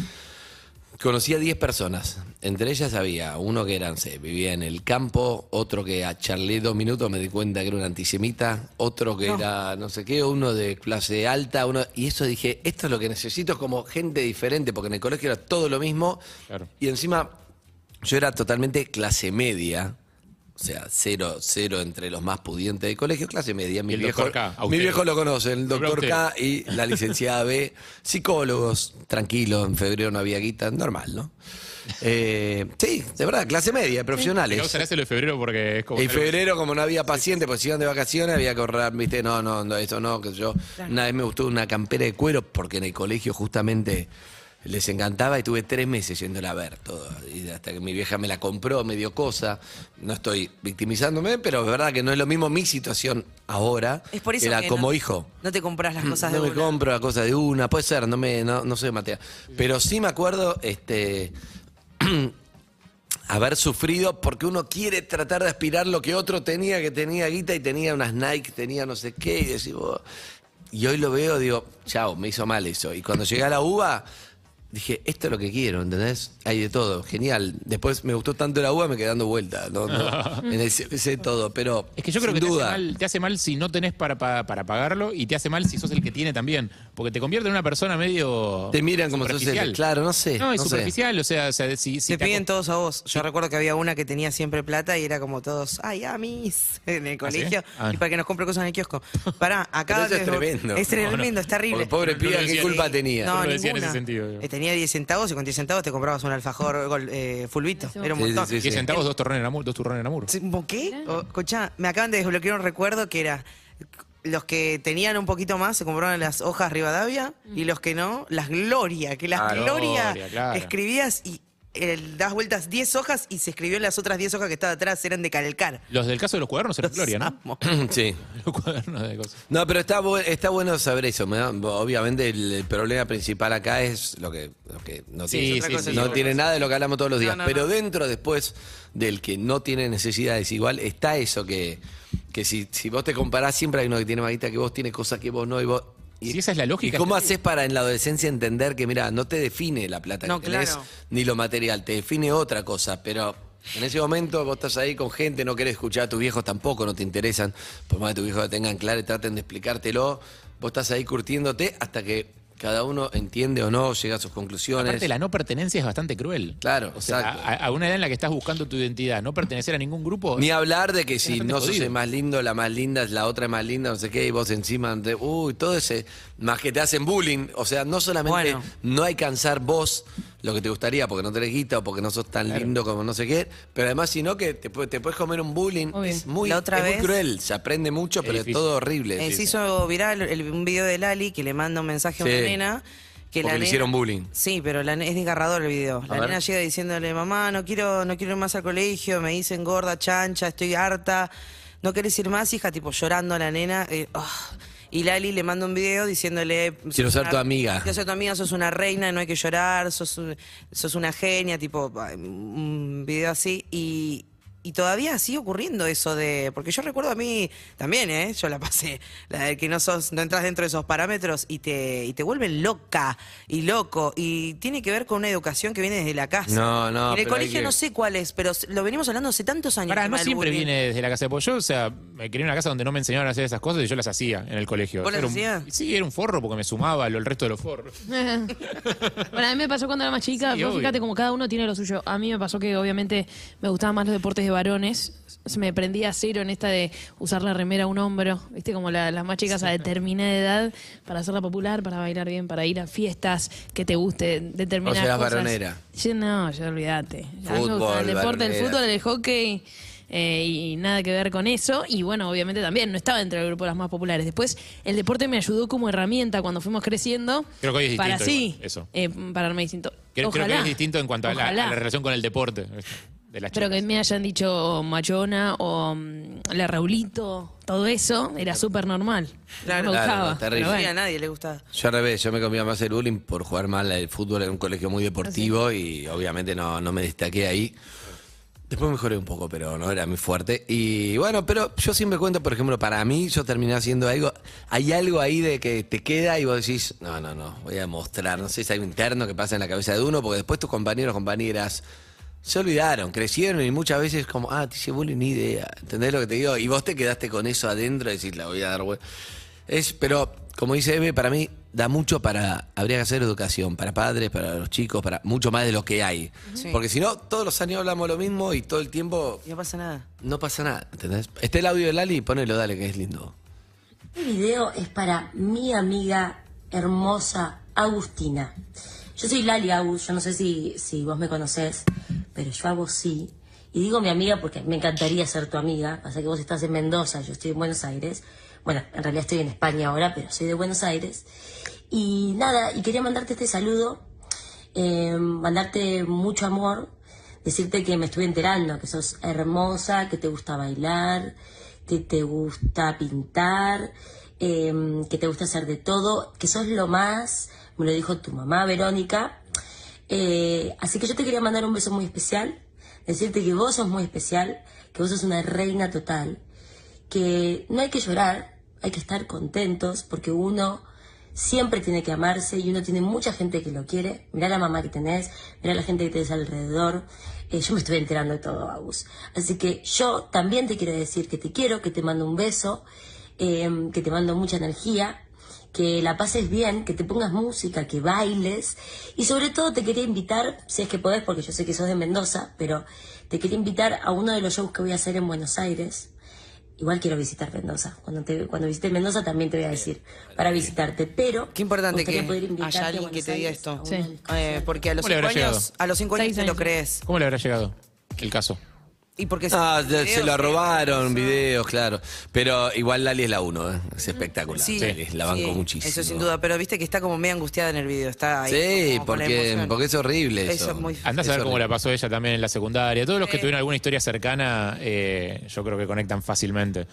Speaker 8: conocí a 10 personas, entre ellas había uno que era, no sé, vivía en el campo, otro que a charlé dos minutos me di cuenta que era un antisemita, otro que
Speaker 9: No.
Speaker 8: era no sé qué, uno de clase alta, uno y eso dije, esto es lo que necesito, es como gente diferente, porque en el colegio era todo lo mismo, y encima yo era totalmente clase media. O sea, cero, cero entre los más pudientes del colegio, clase media. Mi,
Speaker 10: Y el
Speaker 8: viejo,
Speaker 10: doctor K,
Speaker 8: mi
Speaker 10: austero.
Speaker 8: viejo lo conoce, el
Speaker 10: Habrá
Speaker 8: doctor
Speaker 10: usted.
Speaker 8: K y la licenciada B. Psicólogos, tranquilos, en febrero no había guita, normal, ¿no? Eh, sí, de verdad, clase media,
Speaker 10: Me
Speaker 8: profesionales.
Speaker 10: causa gracia lo de febrero porque es como.
Speaker 8: En febrero, como no había pacientes, pues iban de vacaciones, había que ahorrar, viste, no, no, no, eso no, que yo. Una vez me gustó una campera de cuero porque en el colegio justamente les encantaba y tuve tres meses yéndola a ver todo. Y hasta que mi vieja me la compró, me dio cosa. No estoy victimizándome, pero es verdad que no es lo mismo mi situación ahora
Speaker 9: Es por eso
Speaker 8: que la
Speaker 9: que
Speaker 8: como
Speaker 9: no-
Speaker 8: hijo.
Speaker 9: No te compras las cosas de
Speaker 8: No me
Speaker 9: una.
Speaker 8: compro la cosa de una, puede ser, no me, no, no soy Matea. Pero sí me acuerdo, este. Haber sufrido porque uno quiere tratar de aspirar lo que otro tenía, que tenía guita y tenía unas Nike, tenía no sé qué, y "Oh". decís, vos- Y hoy lo veo, digo, chao, me hizo mal eso. Y cuando llegué a la UBA, Dije, esto es lo que quiero, ¿entendés? Hay de todo, genial. Después me gustó tanto la uva, me quedé dando vuelta. ¿no? No, en el sé- sé todo, pero.
Speaker 10: Es que yo creo
Speaker 8: sin
Speaker 10: que te hace,
Speaker 8: duda,
Speaker 10: mal, te hace mal si no tenés para, para, para pagarlo y te hace mal si sos el que tiene también. Porque te convierte en una persona medio.
Speaker 8: Te miran como sos el-
Speaker 10: superficial.
Speaker 8: claro, no sé,
Speaker 10: No, es
Speaker 8: no sé.
Speaker 10: superficial, o sea, o sea, si, si
Speaker 9: Te
Speaker 10: te
Speaker 9: piden todos a vos. Yo recuerdo que había una que tenía siempre plata y era como todos, ay, a mis, en el colegio,
Speaker 8: sí? Ah.
Speaker 9: y para que nos compre cosas en el kiosco. Pará,
Speaker 8: Pero
Speaker 9: acá.
Speaker 8: eso es tremendo.
Speaker 9: Es tremendo,
Speaker 8: No, no.
Speaker 9: es terrible.
Speaker 8: Porque pobre No lo piba, ¿qué decía- culpa tenía?
Speaker 9: No,
Speaker 8: no lo decía en
Speaker 9: ninguna.
Speaker 8: ese sentido, digo.
Speaker 9: Eh, Tenía 10 centavos y con 10 centavos te comprabas un alfajor gol- eh, fulbito. Era un
Speaker 10: Sí,
Speaker 9: montón.
Speaker 10: sí, sí, sí. 10 centavos, dos turrones en amor. Dos turrones en amor.
Speaker 9: ¿Cómo ¿Qué? O- Oh, escuchá, me acaban de desbloquear un recuerdo que era. Los que tenían un poquito más se compraban las hojas Rivadavia y los que no, las Gloria, que las
Speaker 8: Ah,
Speaker 9: Gloria,
Speaker 8: Gloria, claro.
Speaker 9: escribías y eh, das vueltas 10 hojas y se escribió en las otras 10 hojas que estaban atrás, eran de calcar.
Speaker 10: Los del caso de los cuadernos eran Gloria, ¿no?
Speaker 8: sí.
Speaker 10: Los cuadernos de cosas.
Speaker 8: No, pero está, bu- está bueno saber eso. me da- Obviamente el, el problema principal acá es lo que, lo que no
Speaker 10: Sí,
Speaker 8: tiene,
Speaker 10: sí, Otra cosa, sí,
Speaker 8: no
Speaker 10: sí.
Speaker 8: tiene nada de lo que hablamos todos los
Speaker 10: No,
Speaker 8: días.
Speaker 10: no,
Speaker 8: pero
Speaker 10: no.
Speaker 8: dentro, después del que no tiene necesidades igual, está eso que, que si, si vos te comparás, siempre hay uno que tiene más guita que vos, tiene cosas que vos no y vos... Y,
Speaker 10: esa es la lógica.
Speaker 8: ¿Y cómo haces para en la adolescencia entender que, mira, no te define la plata
Speaker 9: No,
Speaker 8: que tenés,
Speaker 9: claro.
Speaker 8: ni lo material, te define otra cosa, pero en ese momento vos estás ahí con gente, no querés escuchar a tus viejos tampoco, no te interesan, por más que tus viejos la tengan clara y traten de explicártelo, vos estás ahí curtiéndote hasta que cada uno entiende o no, llega a sus conclusiones.
Speaker 10: Aparte, la no pertenencia es bastante cruel.
Speaker 8: Claro,
Speaker 10: O sea,
Speaker 8: exacto.
Speaker 10: a, a una edad en la que estás buscando tu identidad, no pertenecer a ningún grupo.
Speaker 8: Ni hablar de que
Speaker 10: es
Speaker 8: si
Speaker 10: bastante
Speaker 8: no sos
Speaker 10: jodido.
Speaker 8: el más lindo, la más linda, la otra es más linda, no sé qué, y vos encima, de- uy, todo ese, más que te hacen bullying, o sea, no solamente
Speaker 9: Bueno.
Speaker 8: no alcanzar vos lo que te gustaría porque no tenés guita o porque no sos tan lindo como no sé qué, pero además sino que te, pu- te puedes comer un bullying, es, muy,
Speaker 9: La otra
Speaker 8: es muy
Speaker 9: vez-
Speaker 8: cruel, se aprende mucho, pero es
Speaker 9: difícil.
Speaker 8: todo horrible.
Speaker 9: Eh, se hizo viral el- un video de Lali que le manda un mensaje a una
Speaker 8: Sí.
Speaker 9: nena. Que
Speaker 8: Porque
Speaker 9: la
Speaker 8: le
Speaker 9: nena-
Speaker 8: hicieron bullying.
Speaker 9: Sí, pero la ne- es desgarrador el video.
Speaker 8: A
Speaker 9: La
Speaker 8: ver.
Speaker 9: nena llega diciéndole, mamá, no quiero, no quiero ir más al colegio, me dicen gorda, chancha, estoy harta, no querés ir más, hija, tipo llorando a la nena. eh, ah. Y Lali le manda un video diciéndole...
Speaker 8: Quiero
Speaker 9: "Sos
Speaker 8: ser
Speaker 9: una-
Speaker 8: tu amiga".
Speaker 9: Quiero ser tu amiga, sos una reina, no hay que llorar, sos, un- sos una genia, tipo ah, un video así. Y, y todavía sigue ocurriendo eso de. Porque yo recuerdo a mí también, ¿eh? Yo la pasé. La de que no sos, no entras dentro de esos parámetros y te, y te vuelven loca y loco. Y tiene que ver con una educación que viene desde la casa.
Speaker 8: No, no,
Speaker 9: Y En el
Speaker 8: pero hay
Speaker 9: colegio
Speaker 8: que-
Speaker 9: no sé cuál es, pero s- lo venimos hablando hace tantos años.
Speaker 10: Pará,
Speaker 9: el
Speaker 10: no
Speaker 9: tema del
Speaker 10: siempre
Speaker 9: bullying.
Speaker 10: viene desde la casa de pollo. O sea, me crié en una casa donde no me enseñaban a hacer esas cosas y yo las hacía en el colegio.
Speaker 9: ¿Vos las
Speaker 10: Era un-
Speaker 9: hacías?
Speaker 10: Sí, era un forro porque me sumaba lo- el resto de los forros.
Speaker 1: Bueno, a mí me pasó cuando era más chica.
Speaker 10: Sí,
Speaker 1: Vos
Speaker 10: obvio.
Speaker 1: fíjate como cada uno tiene lo suyo. A mí me pasó que obviamente me gustaban más los deportes de varones. Se me prendía a cero en esta de usar la remera a un hombro. Viste, como la- las más chicas a determinada edad para hacerla popular, para bailar bien, para ir a fiestas que te guste determinadas
Speaker 8: Vos eras
Speaker 1: cosas.
Speaker 8: varonera.
Speaker 1: Yo no, yo olvídate. A mí me
Speaker 8: Fútbol,
Speaker 1: gustaba el deporte, el
Speaker 8: varonera.
Speaker 1: fútbol, el hockey. eh, y nada que ver con eso. Y bueno, obviamente también no estaba entre el grupo de las más populares. Después, el deporte me ayudó como herramienta cuando fuimos creciendo.
Speaker 10: Creo que hoy es distinto
Speaker 1: Para sí,
Speaker 10: igual, eso.
Speaker 1: eh, pararme distinto.
Speaker 10: Creo, creo que
Speaker 1: Ojalá.
Speaker 10: es distinto en cuanto a la,
Speaker 1: Ojalá.
Speaker 10: a la relación con el deporte. De las
Speaker 1: Pero
Speaker 10: chicas.
Speaker 1: que me hayan dicho machona o mm, la Raulito, todo eso era súper normal. no me
Speaker 8: Claro,
Speaker 1: gustaba.
Speaker 8: no, terrible.
Speaker 1: pero bueno.
Speaker 9: Sí, A nadie le gustaba.
Speaker 8: Yo al revés, yo me comía más el bullying por jugar mal al fútbol en un colegio muy
Speaker 9: Ah,
Speaker 8: deportivo y obviamente no, no me destaqué ahí. Después mejoré un poco, pero no era muy fuerte. Y bueno, pero yo siempre cuento, por ejemplo, para mí yo terminé haciendo algo, hay algo ahí de que te queda y vos decís, no, no, no, voy a mostrar, no sé si hay un interno que pasa en la cabeza de uno, porque después tus compañeros, compañeras, se olvidaron, crecieron y muchas veces como, ah, te hice bullying, ni idea, ¿entendés lo que te digo? Y vos te quedaste con eso adentro y decís, la voy a dar, vuelta. Es, pero, como dice Eve, para mí da mucho para. Habría que hacer educación para padres, para los chicos, para mucho más de lo que hay.
Speaker 9: Sí.
Speaker 8: Porque si no, todos los años hablamos lo mismo y todo el tiempo
Speaker 9: Y no pasa nada.
Speaker 8: no pasa nada. ¿Entendés? Está el audio de Lali y ponelo, dale, que es lindo.
Speaker 12: Este video es para mi amiga hermosa Agustina. Yo soy Lali Agus, yo no sé si, si vos me conocés, pero yo a vos sí. Y digo mi amiga porque me encantaría ser tu amiga. Pasa que vos estás en Mendoza, yo estoy en Buenos Aires. Bueno, en realidad estoy en España ahora, pero soy de Buenos Aires. Y nada, y quería mandarte este saludo, eh, mandarte mucho amor, decirte que me estuve enterando, que sos hermosa, que te gusta bailar, que te gusta pintar, eh, que te gusta hacer de todo, que sos lo más, me lo dijo tu mamá Verónica. Eh, así que yo te quería mandar un beso muy especial, decirte que vos sos muy especial, que vos sos una reina total, que no hay que llorar, hay que estar contentos porque uno siempre tiene que amarse y uno tiene mucha gente que lo quiere. Mirá la mamá que tenés, mirá la gente que tenés alrededor. Eh, yo me estoy enterando de todo, Agus. Así que yo también te quiero decir que te quiero, que te mando un beso, eh, que te mando mucha energía, que la pases bien, que te pongas música, que bailes. Y sobre todo te quería invitar, si es que podés, porque yo sé que sos de Mendoza, pero te quería invitar a uno de los shows que voy a hacer en Buenos Aires. Igual quiero visitar Mendoza. Cuando, te, cuando visite Mendoza también te voy a decir para visitarte. Pero qué
Speaker 9: importante que haya alguien que te diga esto. Eh, porque a los
Speaker 10: ¿Cómo le
Speaker 9: cinco
Speaker 10: habrá
Speaker 9: años,
Speaker 10: llegado?
Speaker 9: a los cinco años te lo crees.
Speaker 10: ¿Cómo le habrá llegado el caso?
Speaker 9: Y porque
Speaker 8: Ah,
Speaker 9: se-
Speaker 8: se, se lo robaron, videos, claro. Pero igual Lali es la uno, ¿eh? es espectacular.
Speaker 9: Sí,
Speaker 8: Lali, la banco
Speaker 9: sí,
Speaker 8: muchísimo.
Speaker 9: Eso sin duda, pero viste que está como medio angustiada en el video. Está ahí.
Speaker 8: Sí,
Speaker 9: como con la
Speaker 8: porque,
Speaker 9: emoción.
Speaker 8: porque es horrible eso.
Speaker 9: Eso Eh. es muy
Speaker 10: Andás a ver cómo la pasó ella también en la secundaria. Todos los que
Speaker 9: Sí.
Speaker 10: tuvieron alguna historia cercana, eh, yo creo que conectan fácilmente.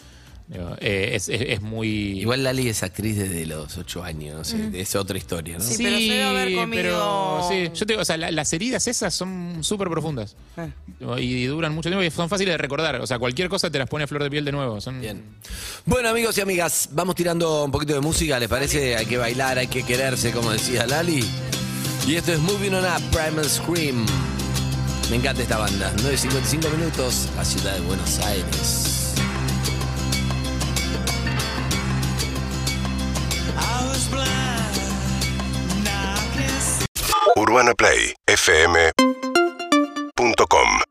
Speaker 10: Digo, eh, es, es- es muy.
Speaker 8: Igual Lali es actriz desde los ocho años, no sé,
Speaker 10: Mm.
Speaker 8: es otra historia, ¿no?
Speaker 10: Sí,
Speaker 9: pero se debe haber comido-
Speaker 10: pero sí. Yo te digo, o sea, la- las heridas esas son súper profundas.
Speaker 9: Eh.
Speaker 10: Y duran mucho tiempo y son fáciles de recordar. O sea, cualquier cosa te las pone a flor de piel de nuevo. Son...
Speaker 8: Bueno, amigos y amigas, vamos tirando un poquito de música, ¿les parece? Hay que bailar, hay que quererse, como decía Lali. Y esto es Moving On Up, Primal Scream. Me encanta esta banda. 9.55 minutos, la ciudad de Buenos Aires.
Speaker 15: UrbanaPlayFM.com